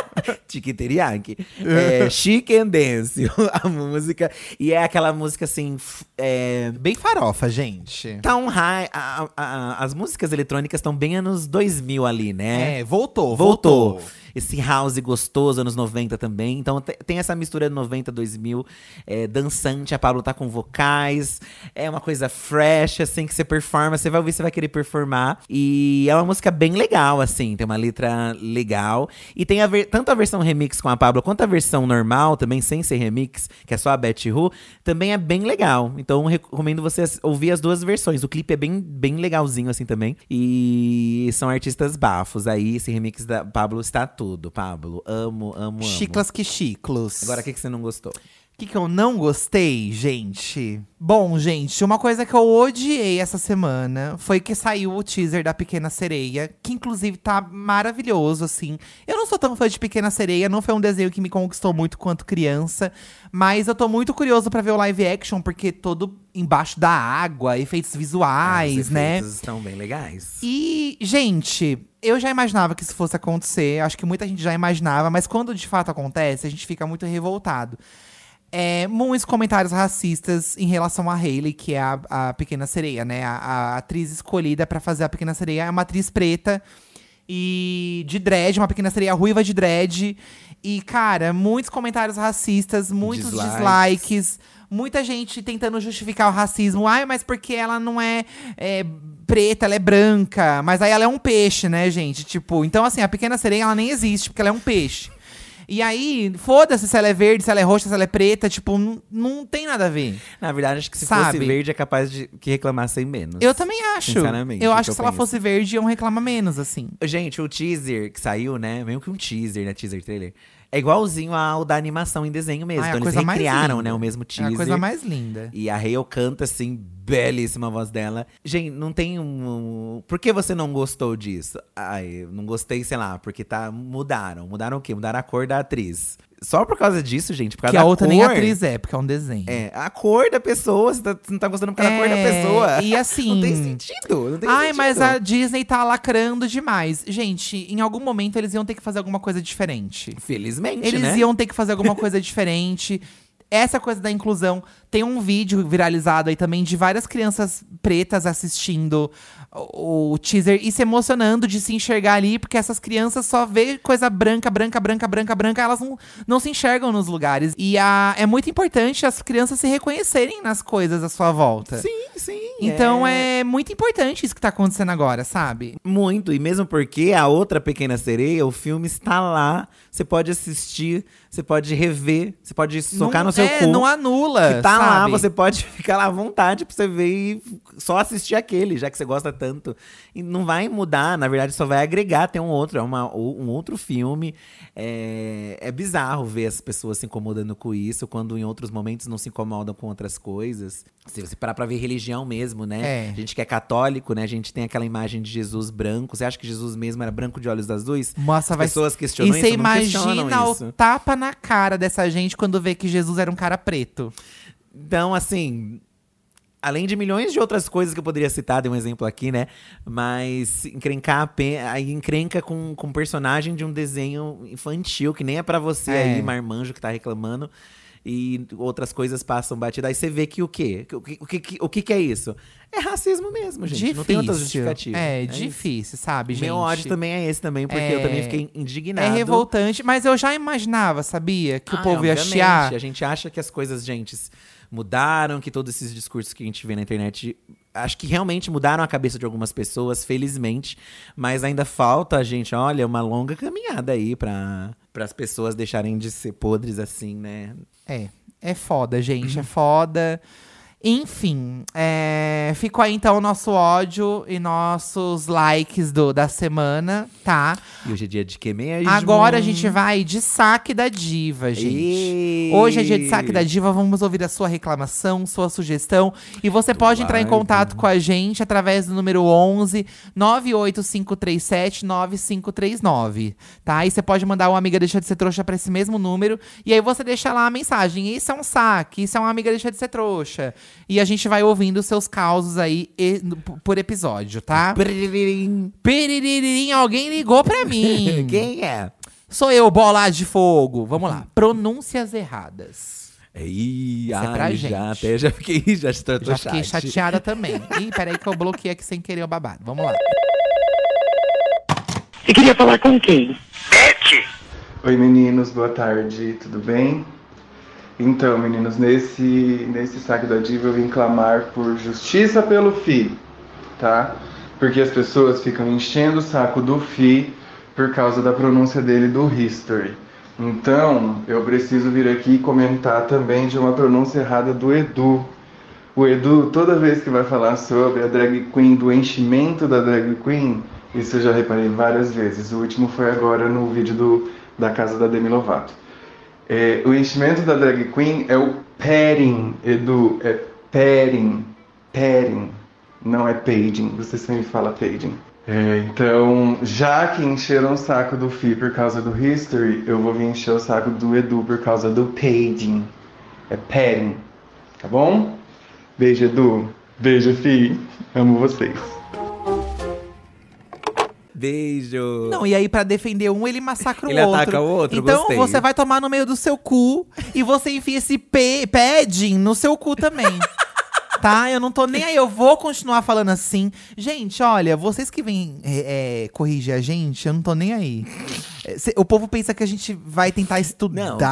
S1: [LAUGHS]
S2: Tiki Teriyaki. É She Can Dance, [LAUGHS] a música. E é aquela música, assim… f- É,
S1: Bem farofa, gente.
S2: tá um high… a- a- a- as músicas eletrônicas estão bem anos 2000 ali, né?
S1: É, voltou, voltou.
S2: Voltou. Esse house gostoso, anos 90 também. Então te- tem essa mistura 90, 2000, é, dançante. A Pablo tá com vocais. É uma coisa fresh, assim, que você performa. Você vai ouvir, você vai querer performar. E é uma música bem legal, assim. Tem uma letra legal. E tem a ver, tanto a versão remix com a Pablo, quanto a versão normal, também sem ser remix, que é só a Betty Who, também é bem legal. Então recomendo você as- ouvir as duas versões. O clipe é bem, bem legalzinho, assim, também. E são artistas bafos aí. Esse remix da Pablo está tudo. Pablo, amo, amo, amo.
S1: Chiclas que chiclos.
S2: Agora, o que, que você não gostou?
S1: que, que eu não gostei, gente? Bom, gente, uma coisa que eu odiei essa semana foi que saiu o teaser da Pequena Sereia, que inclusive tá maravilhoso, assim. Eu não sou tão fã de Pequena Sereia, não foi um desenho que me conquistou muito quanto criança, mas eu tô muito curioso pra ver o live action, porque todo embaixo da água, efeitos visuais,
S2: Ah, Os
S1: né?
S2: efeitos estão bem legais.
S1: E, gente, eu já imaginava que isso fosse acontecer. Acho que muita gente já imaginava, mas quando de fato acontece, a gente fica muito revoltado. É, muitos comentários racistas em relação a Hayley, que é a, a Pequena Sereia, né? A, a atriz escolhida pra fazer a Pequena Sereia é uma atriz preta e de dread, uma Pequena Sereia ruiva de dread. E, cara, muitos comentários racistas, muitos
S2: Dislikes.
S1: dislikes likes, muita gente tentando justificar o racismo. Ai, mas porque ela não é, é, preta, ela é branca. Mas aí ela é um peixe, né, gente? Tipo, então assim, a pequena sereia ela nem existe, porque ela é um peixe. E aí, foda-se se ela é verde, se ela é roxa, se ela é preta, tipo, n- não tem nada a ver.
S2: Na verdade, acho que se
S1: Sabe?
S2: fosse verde é capaz de que reclamassem menos.
S1: Eu também acho.
S2: Sinceramente,
S1: Eu
S2: o que
S1: acho que
S2: eu
S1: se ela
S2: penso.
S1: fosse verde, iam reclamar menos, assim.
S2: Gente, o teaser que saiu, né? Meio que um teaser, né? Teaser trailer. É igualzinho ao da animação em desenho mesmo.
S1: Ai, a
S2: então eles
S1: coisa mais
S2: recriaram,
S1: linda.
S2: né? O mesmo
S1: É
S2: teaser.
S1: a coisa mais linda.
S2: E a Hale canta, assim, belíssima a voz dela. Gente, não tem um. um- Por que você não gostou disso? Ai, eu não gostei, sei lá, porque tá. Mudaram. Mudaram o quê? Mudaram a cor da atriz. Só por causa disso, gente, por causa
S1: Que
S2: da
S1: a outra
S2: cor.
S1: nem atriz é, porque é um desenho.
S2: É, a cor da pessoa, você, tá- você não tá gostando por causa da cor da
S1: É,
S2: pessoa.
S1: e assim-
S2: Não tem sentido. Não tem
S1: Ai,
S2: sentido.
S1: mas a Disney tá lacrando demais. Gente, em algum momento eles iam ter que fazer alguma coisa diferente.
S2: Felizmente,
S1: Eles
S2: né?
S1: iam ter que fazer alguma coisa diferente. Essa coisa da inclusão. Tem um vídeo viralizado aí também de várias crianças pretas assistindo o, o teaser e se emocionando de se enxergar ali, porque essas crianças só vê coisa branca, branca, branca, branca, branca, elas não, não se enxergam nos lugares. E a- é muito importante as crianças se reconhecerem nas coisas à sua volta.
S2: Sim, sim.
S1: Então é muito importante isso que tá acontecendo agora, sabe?
S2: é Muito, e mesmo porque a outra Pequena Sereia, o filme está lá. Você pode assistir, você pode rever, você pode socar
S1: Não-
S2: no seu
S1: é,
S2: cu.
S1: não anula.
S2: que tá lá,
S1: sabe?
S2: você pode [LAUGHS] ficar lá à vontade pra você ver e só assistir aquele, já que você gosta tanto. E não vai mudar, na verdade, só vai agregar, tem um outro, é uma, ou- um outro filme. É, é bizarro ver as pessoas se incomodando com isso, quando em outros momentos não se incomodam com outras coisas. Se você parar pra ver religião mesmo, né?
S1: É.
S2: A gente que é católico, né? A gente tem aquela imagem de Jesus branco. Você acha que Jesus mesmo era branco de olhos azuis?
S1: Nossa,
S2: As
S1: vai
S2: pessoas questionam
S1: E
S2: isso,
S1: você
S2: não questionam
S1: imagina o
S2: isso.
S1: tapa na cara dessa gente quando vê que Jesus era um cara preto.
S2: Então, assim. Além de milhões de outras coisas que eu poderia citar, dei um exemplo aqui, né? Mas encrencar apen- aí encrenca com, com um personagem de um desenho infantil, que nem é pra você
S1: É.
S2: aí, marmanjo, que tá reclamando. E outras coisas passam batida. Aí você vê que o quê? O que, o que, que- o que, que é isso? É racismo mesmo, gente.
S1: difícil.
S2: Não tem outra justificativa.
S1: É,
S2: isso.
S1: difícil, sabe, gente?
S2: Meu ódio também é esse também, porque eu também fiquei indignado.
S1: É revoltante, mas eu já imaginava, sabia? Que
S2: Ah,
S1: o povo ia
S2: obviamente.
S1: chiar.
S2: A gente acha que as coisas, gente, s- mudaram, que todos esses discursos que a gente vê na internet. Acho que realmente mudaram a cabeça de algumas pessoas, felizmente. Mas ainda falta, gente, olha, uma longa caminhada aí pra, as pessoas deixarem de ser podres assim, né?
S1: É, é foda,
S2: [CLEARS THROAT]
S1: gente, é foda. Enfim, é, ficou aí então o nosso ódio e nossos likes do, da semana, tá?
S2: E hoje é dia de que mesmo?
S1: Agora a gente vai de saque da diva, gente.
S2: Ei!
S1: Hoje é dia de saque da diva, vamos ouvir a sua reclamação, sua sugestão. E você pode entrar em
S2: Eduardo.
S1: contato com a gente através do número 11 98537 9539, tá? E você pode mandar uma amiga deixa de ser trouxa pra esse mesmo número. E aí você deixa lá a mensagem: Isso é um saque, isso é uma amiga deixa de ser trouxa. E a gente vai ouvindo os seus causos aí e- por episódio, tá?
S2: Briririm.
S1: Piriririm, alguém ligou pra mim.
S2: [LAUGHS] Quem é?
S1: Sou eu, bola de fogo. Vamos lá. Pronúncias erradas.
S2: Ei,
S1: é
S2: ai,
S1: pra
S2: já
S1: gente.
S2: até já fiquei, já estou
S1: Já fiquei chateada também. Ih, peraí que eu bloqueei aqui sem querer o babado. Vamos lá.
S4: Você queria falar com quem?
S5: Oi meninos, boa tarde, tudo bem? Então, meninos, nesse, nesse saque da diva eu vim clamar por justiça pelo FI, tá? Porque as pessoas ficam enchendo o saco do FI por causa da pronúncia dele do history. Então, eu preciso vir aqui e comentar também de uma pronúncia errada do Edu. O Edu, toda vez que vai falar sobre a drag queen, do enchimento da drag queen, isso eu já reparei várias vezes. O último foi agora no vídeo do, da casa da Demi Lovato. É, o enchimento da drag queen é o padding, Edu. É padding. Padding. Não é padding. Você sempre fala padding. É, então, já que encheram o saco do Fi por causa do history, eu vou vir encher o saco do Edu por causa do padding. É padding. Tá bom? Beijo, Edu. Beijo, Fi. Amo vocês.
S2: Beijo.
S1: Não, e aí pra defender um, ele massacra
S2: Ele
S1: o outro.
S2: ataca o outro,
S1: Então
S2: gostei.
S1: você vai tomar no meio do seu cu e você enfia esse pe padding no seu cu também. [LAUGHS] Tá? Eu não tô nem aí, eu vou continuar falando assim. Gente, olha, vocês que vêm é, é, corrigir a gente, eu não tô nem aí. É, cê- o povo pensa que a gente vai tentar estudar.
S2: Não,
S1: que-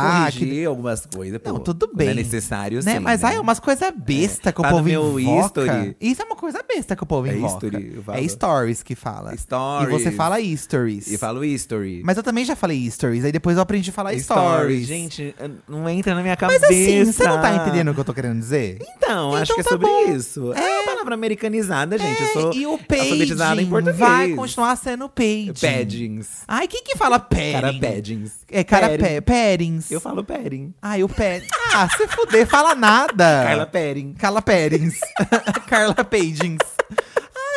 S2: corrigir algumas coisas. pô,
S1: Não, tudo
S2: quando
S1: bem.
S2: É necessário,
S1: né?
S2: sim.
S1: Mas
S2: né?
S1: aí é umas coisas besta que o
S2: Fala
S1: povo
S2: meu
S1: invoca.
S2: history.
S1: Isso é uma coisa besta que o povo
S2: É
S1: invoca.
S2: history, eu falo.
S1: é stories que fala.
S2: Stories.
S1: E você fala stories.
S2: E falo history.
S1: Mas eu também já falei stories, aí depois eu aprendi a falar stories.
S2: Gente, não entra na minha
S1: Mas
S2: cabeça.
S1: assim, você não tá entendendo o que eu tô querendo dizer?
S2: Então, acho
S1: Então
S2: que é
S1: tá
S2: sobre
S1: bom.
S2: isso. É. uma palavra americanizada, gente.
S1: É,
S2: eu sou
S1: e o
S2: alfabetizado em
S1: padding
S2: português.
S1: vai continuar sendo padding.
S2: Paddings.
S1: Ai, quem que fala padding?
S2: Cara, paddings.
S1: É, cara,
S2: Padding.
S1: pe- paddings.
S2: Eu falo padding.
S1: Ai, o padding. Ah, se fuder, fala nada.
S2: Carla Padding.
S1: Carla Perins. [LAUGHS] Carla Paddings.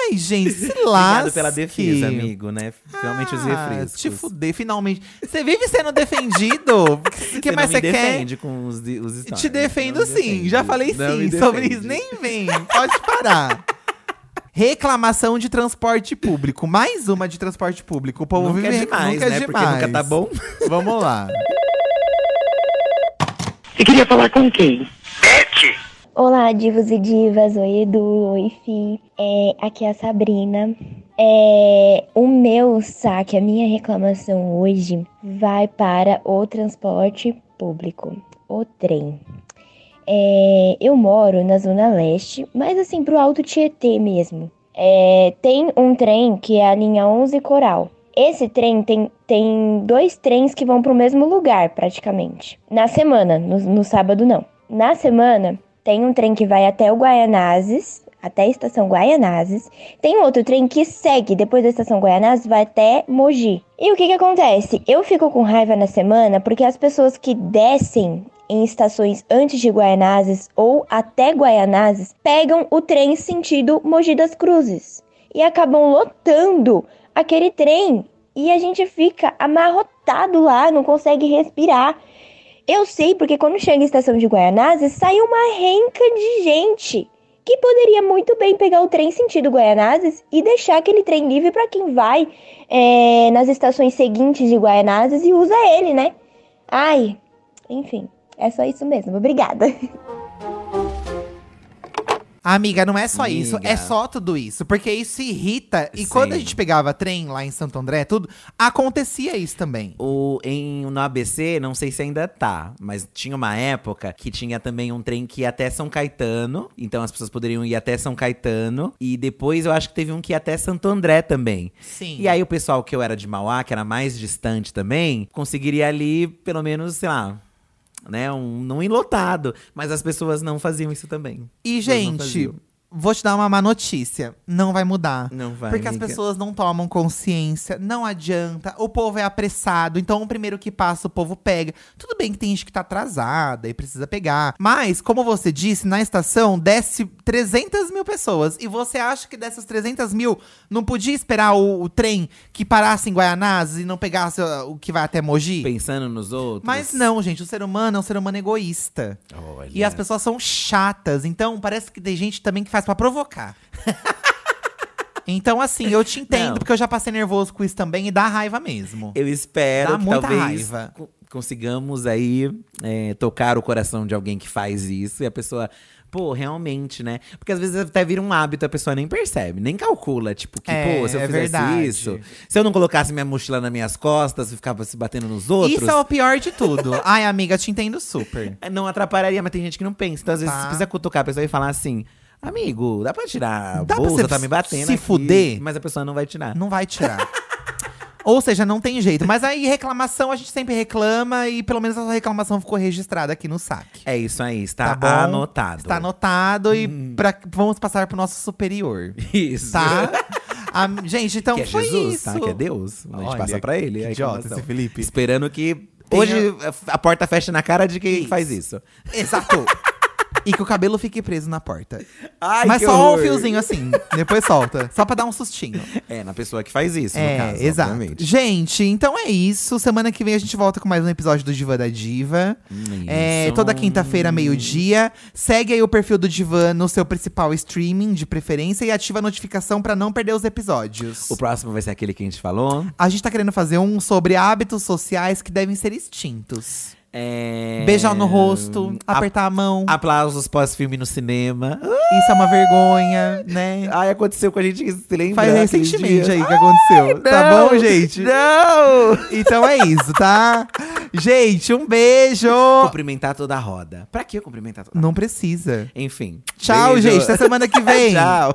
S1: Ai, gente, se lá.
S2: Obrigado pela defesa, amigo, né? Finalmente os refrescos.
S1: Te fuder, finalmente. Você vive sendo
S2: [LAUGHS]
S1: defendido? O que
S2: Você
S1: mais
S2: não
S1: você
S2: me
S1: quer?
S2: defende com os, di- os stories.
S1: Te defendo
S2: Não
S1: sim,
S2: me defende.
S1: já falei
S2: Não me
S1: sim sobre
S2: defende.
S1: isso. Nem vem, pode parar. Reclamação de transporte público. Mais uma de transporte público. O povo
S2: Nunca
S1: vive
S2: é demais,
S1: nunca é
S2: né? Porque nunca tá
S1: demais.
S2: bom.
S1: Vamos lá.
S4: Você queria falar com quem?
S6: Olá, divos e divas. Oi, Edu. Oi, Fi. É, aqui é a Sabrina. É, o meu saque, a minha reclamação hoje vai para o transporte público, o trem. É, eu moro na Zona Leste, mas assim, pro Alto Tietê mesmo. É, tem um trem que é a linha 11 Coral. Esse trem tem, tem dois trens que vão pro mesmo lugar, praticamente. Na semana, no- no sábado não. Na semana, tem um trem que vai até o Guaianazes, até a estação Guaianazes. Tem um outro trem que segue depois da estação Guaianazes, vai até Mogi. E o que que acontece? Eu fico com raiva na semana porque as pessoas que descem em estações antes de Guaianazes ou até Guaianazes pegam o trem sentido Mogi das Cruzes e acabam lotando aquele trem e a gente fica amarrotado lá, não consegue respirar. Eu sei porque quando chega a estação de Guaianazes, sai uma renca de gente que poderia muito bem pegar o trem sentido Guaianazes e deixar aquele trem livre para quem vai é, nas estações seguintes de Guaianazes e usa ele, né? Ai, enfim, é só isso mesmo. Obrigada.
S1: Amiga, não é só isso,
S2: Amiga.
S1: é só tudo isso. Porque isso irrita. E
S2: Sim.
S1: quando a gente pegava trem lá em Santo André, tudo, acontecia isso também.
S2: O, em, no ABC, não sei se ainda tá, mas tinha uma época que tinha também um trem que ia até São Caetano. Então as pessoas poderiam ir até São Caetano. E depois eu acho que teve um que ia até Santo André também.
S1: Sim.
S2: E aí o pessoal que eu era de Mauá, que era mais distante também, conseguiria ali, pelo menos, sei lá, né, um não enlotado. Mas as pessoas não faziam isso também.
S1: E,
S2: Elas não
S1: gente,
S2: faziam.
S1: vou te dar uma má notícia. Não vai mudar.
S2: Não vai,
S1: Porque
S2: amiga.
S1: as pessoas não tomam consciência, não adianta. O povo é apressado, então o primeiro que passa, o povo pega. Tudo bem que tem gente que tá atrasada e precisa pegar. Mas, como você disse, na estação desce 300 mil pessoas. E você acha que dessas 300 mil, não podia esperar o, o trem que parasse em Guaianazes e não pegasse ó, o que vai até Mogi?
S2: Pensando nos outros.
S1: Mas não, gente, o ser humano é um ser humano egoísta.
S2: Olha.
S1: E as pessoas são chatas, então parece que tem gente também que faz pra
S2: [LAUGHS]
S1: provocar. então, assim, eu te entendo,
S2: Não.
S1: porque eu já passei nervoso com isso também e dá raiva mesmo.
S2: Eu espero
S1: Dá
S2: que
S1: muita
S2: talvez
S1: raiva.
S2: co- consigamos aí é, tocar o coração de alguém que faz isso e a pessoa. Pô, realmente, né? Porque às vezes até vira um hábito, a pessoa nem percebe, nem calcula. Tipo, que,
S1: É,
S2: pô, se eu
S1: é
S2: fizesse
S1: verdade.
S2: isso, se eu não colocasse minha mochila nas minhas costas e ficava se batendo nos outros,
S1: Isso é o pior de tudo.
S2: [LAUGHS]
S1: Ai, amiga, te entendo super.
S2: não atrapalharia. Mas tem gente que não pensa. Então, às vezes,
S1: é Tá.
S2: você precisa cutucar a pessoa e falar assim: amigo, dá pra tirar a
S1: Dá pra
S2: bolsa,
S1: você
S2: tá me batendo.
S1: se
S2: aqui",
S1: fuder?
S2: Mas a pessoa não vai tirar.
S1: Não vai tirar. Ou seja, não tem jeito. Mas aí, reclamação, a gente sempre reclama e pelo menos a sua reclamação ficou registrada aqui no saque.
S2: É isso aí, está
S1: Tá bom?
S2: anotado. Hum.
S1: Está anotado e pra- vamos passar pro nosso superior.
S2: [LAUGHS] Isso. [LAUGHS]
S1: Tá? A- gente, então
S2: que é
S1: foi
S2: Jesus,
S1: isso.
S2: tá? Que é Deus. A gente
S1: Olha,
S2: passa pra ele. é
S1: que
S2: a
S1: idiota
S2: reclamação.
S1: esse Felipe.
S2: Esperando que
S1: Tem
S2: Hoje a porta fecha na cara de quem faz isso.
S1: Exato. E que o cabelo fique preso na porta.
S2: Ai,
S1: Mas
S2: que
S1: só
S2: horror.
S1: o fiozinho assim, depois solta. Só pra dar um sustinho.
S2: É, na pessoa que faz isso,
S1: é,
S2: no caso.
S1: exato.
S2: obviamente.
S1: Gente, então é isso. Semana que vem a gente volta com mais um episódio do Diva da Diva. É,
S2: Isso.
S1: toda quinta-feira, meio-dia. Segue aí o perfil do Diva no seu principal streaming, de preferência, e ativa a notificação pra não perder os episódios.
S2: O próximo vai ser aquele que a gente falou.
S1: A gente tá querendo fazer um sobre hábitos sociais que devem ser extintos.
S2: É...
S1: Beijar no rosto,
S2: A-
S1: apertar a mão.
S2: Aplausos pós-filme no cinema.
S1: Isso é uma vergonha, né?
S2: Ai, aconteceu com a gente que se lembra.
S1: Faz
S2: aquele
S1: recentemente
S2: dia. Ah!
S1: aí que aconteceu. tá
S2: Não,
S1: bom, gente?
S2: Não!
S1: Então é isso, tá? gente, um
S2: [LAUGHS]
S1: beijo!
S2: Cumprimentar toda a roda. Pra que cumprimentar toda a roda?
S1: Não precisa.
S2: Enfim.
S1: Tchau,
S2: beijo. [LAUGHS]
S1: gente. Até semana que vem.
S2: Tchau.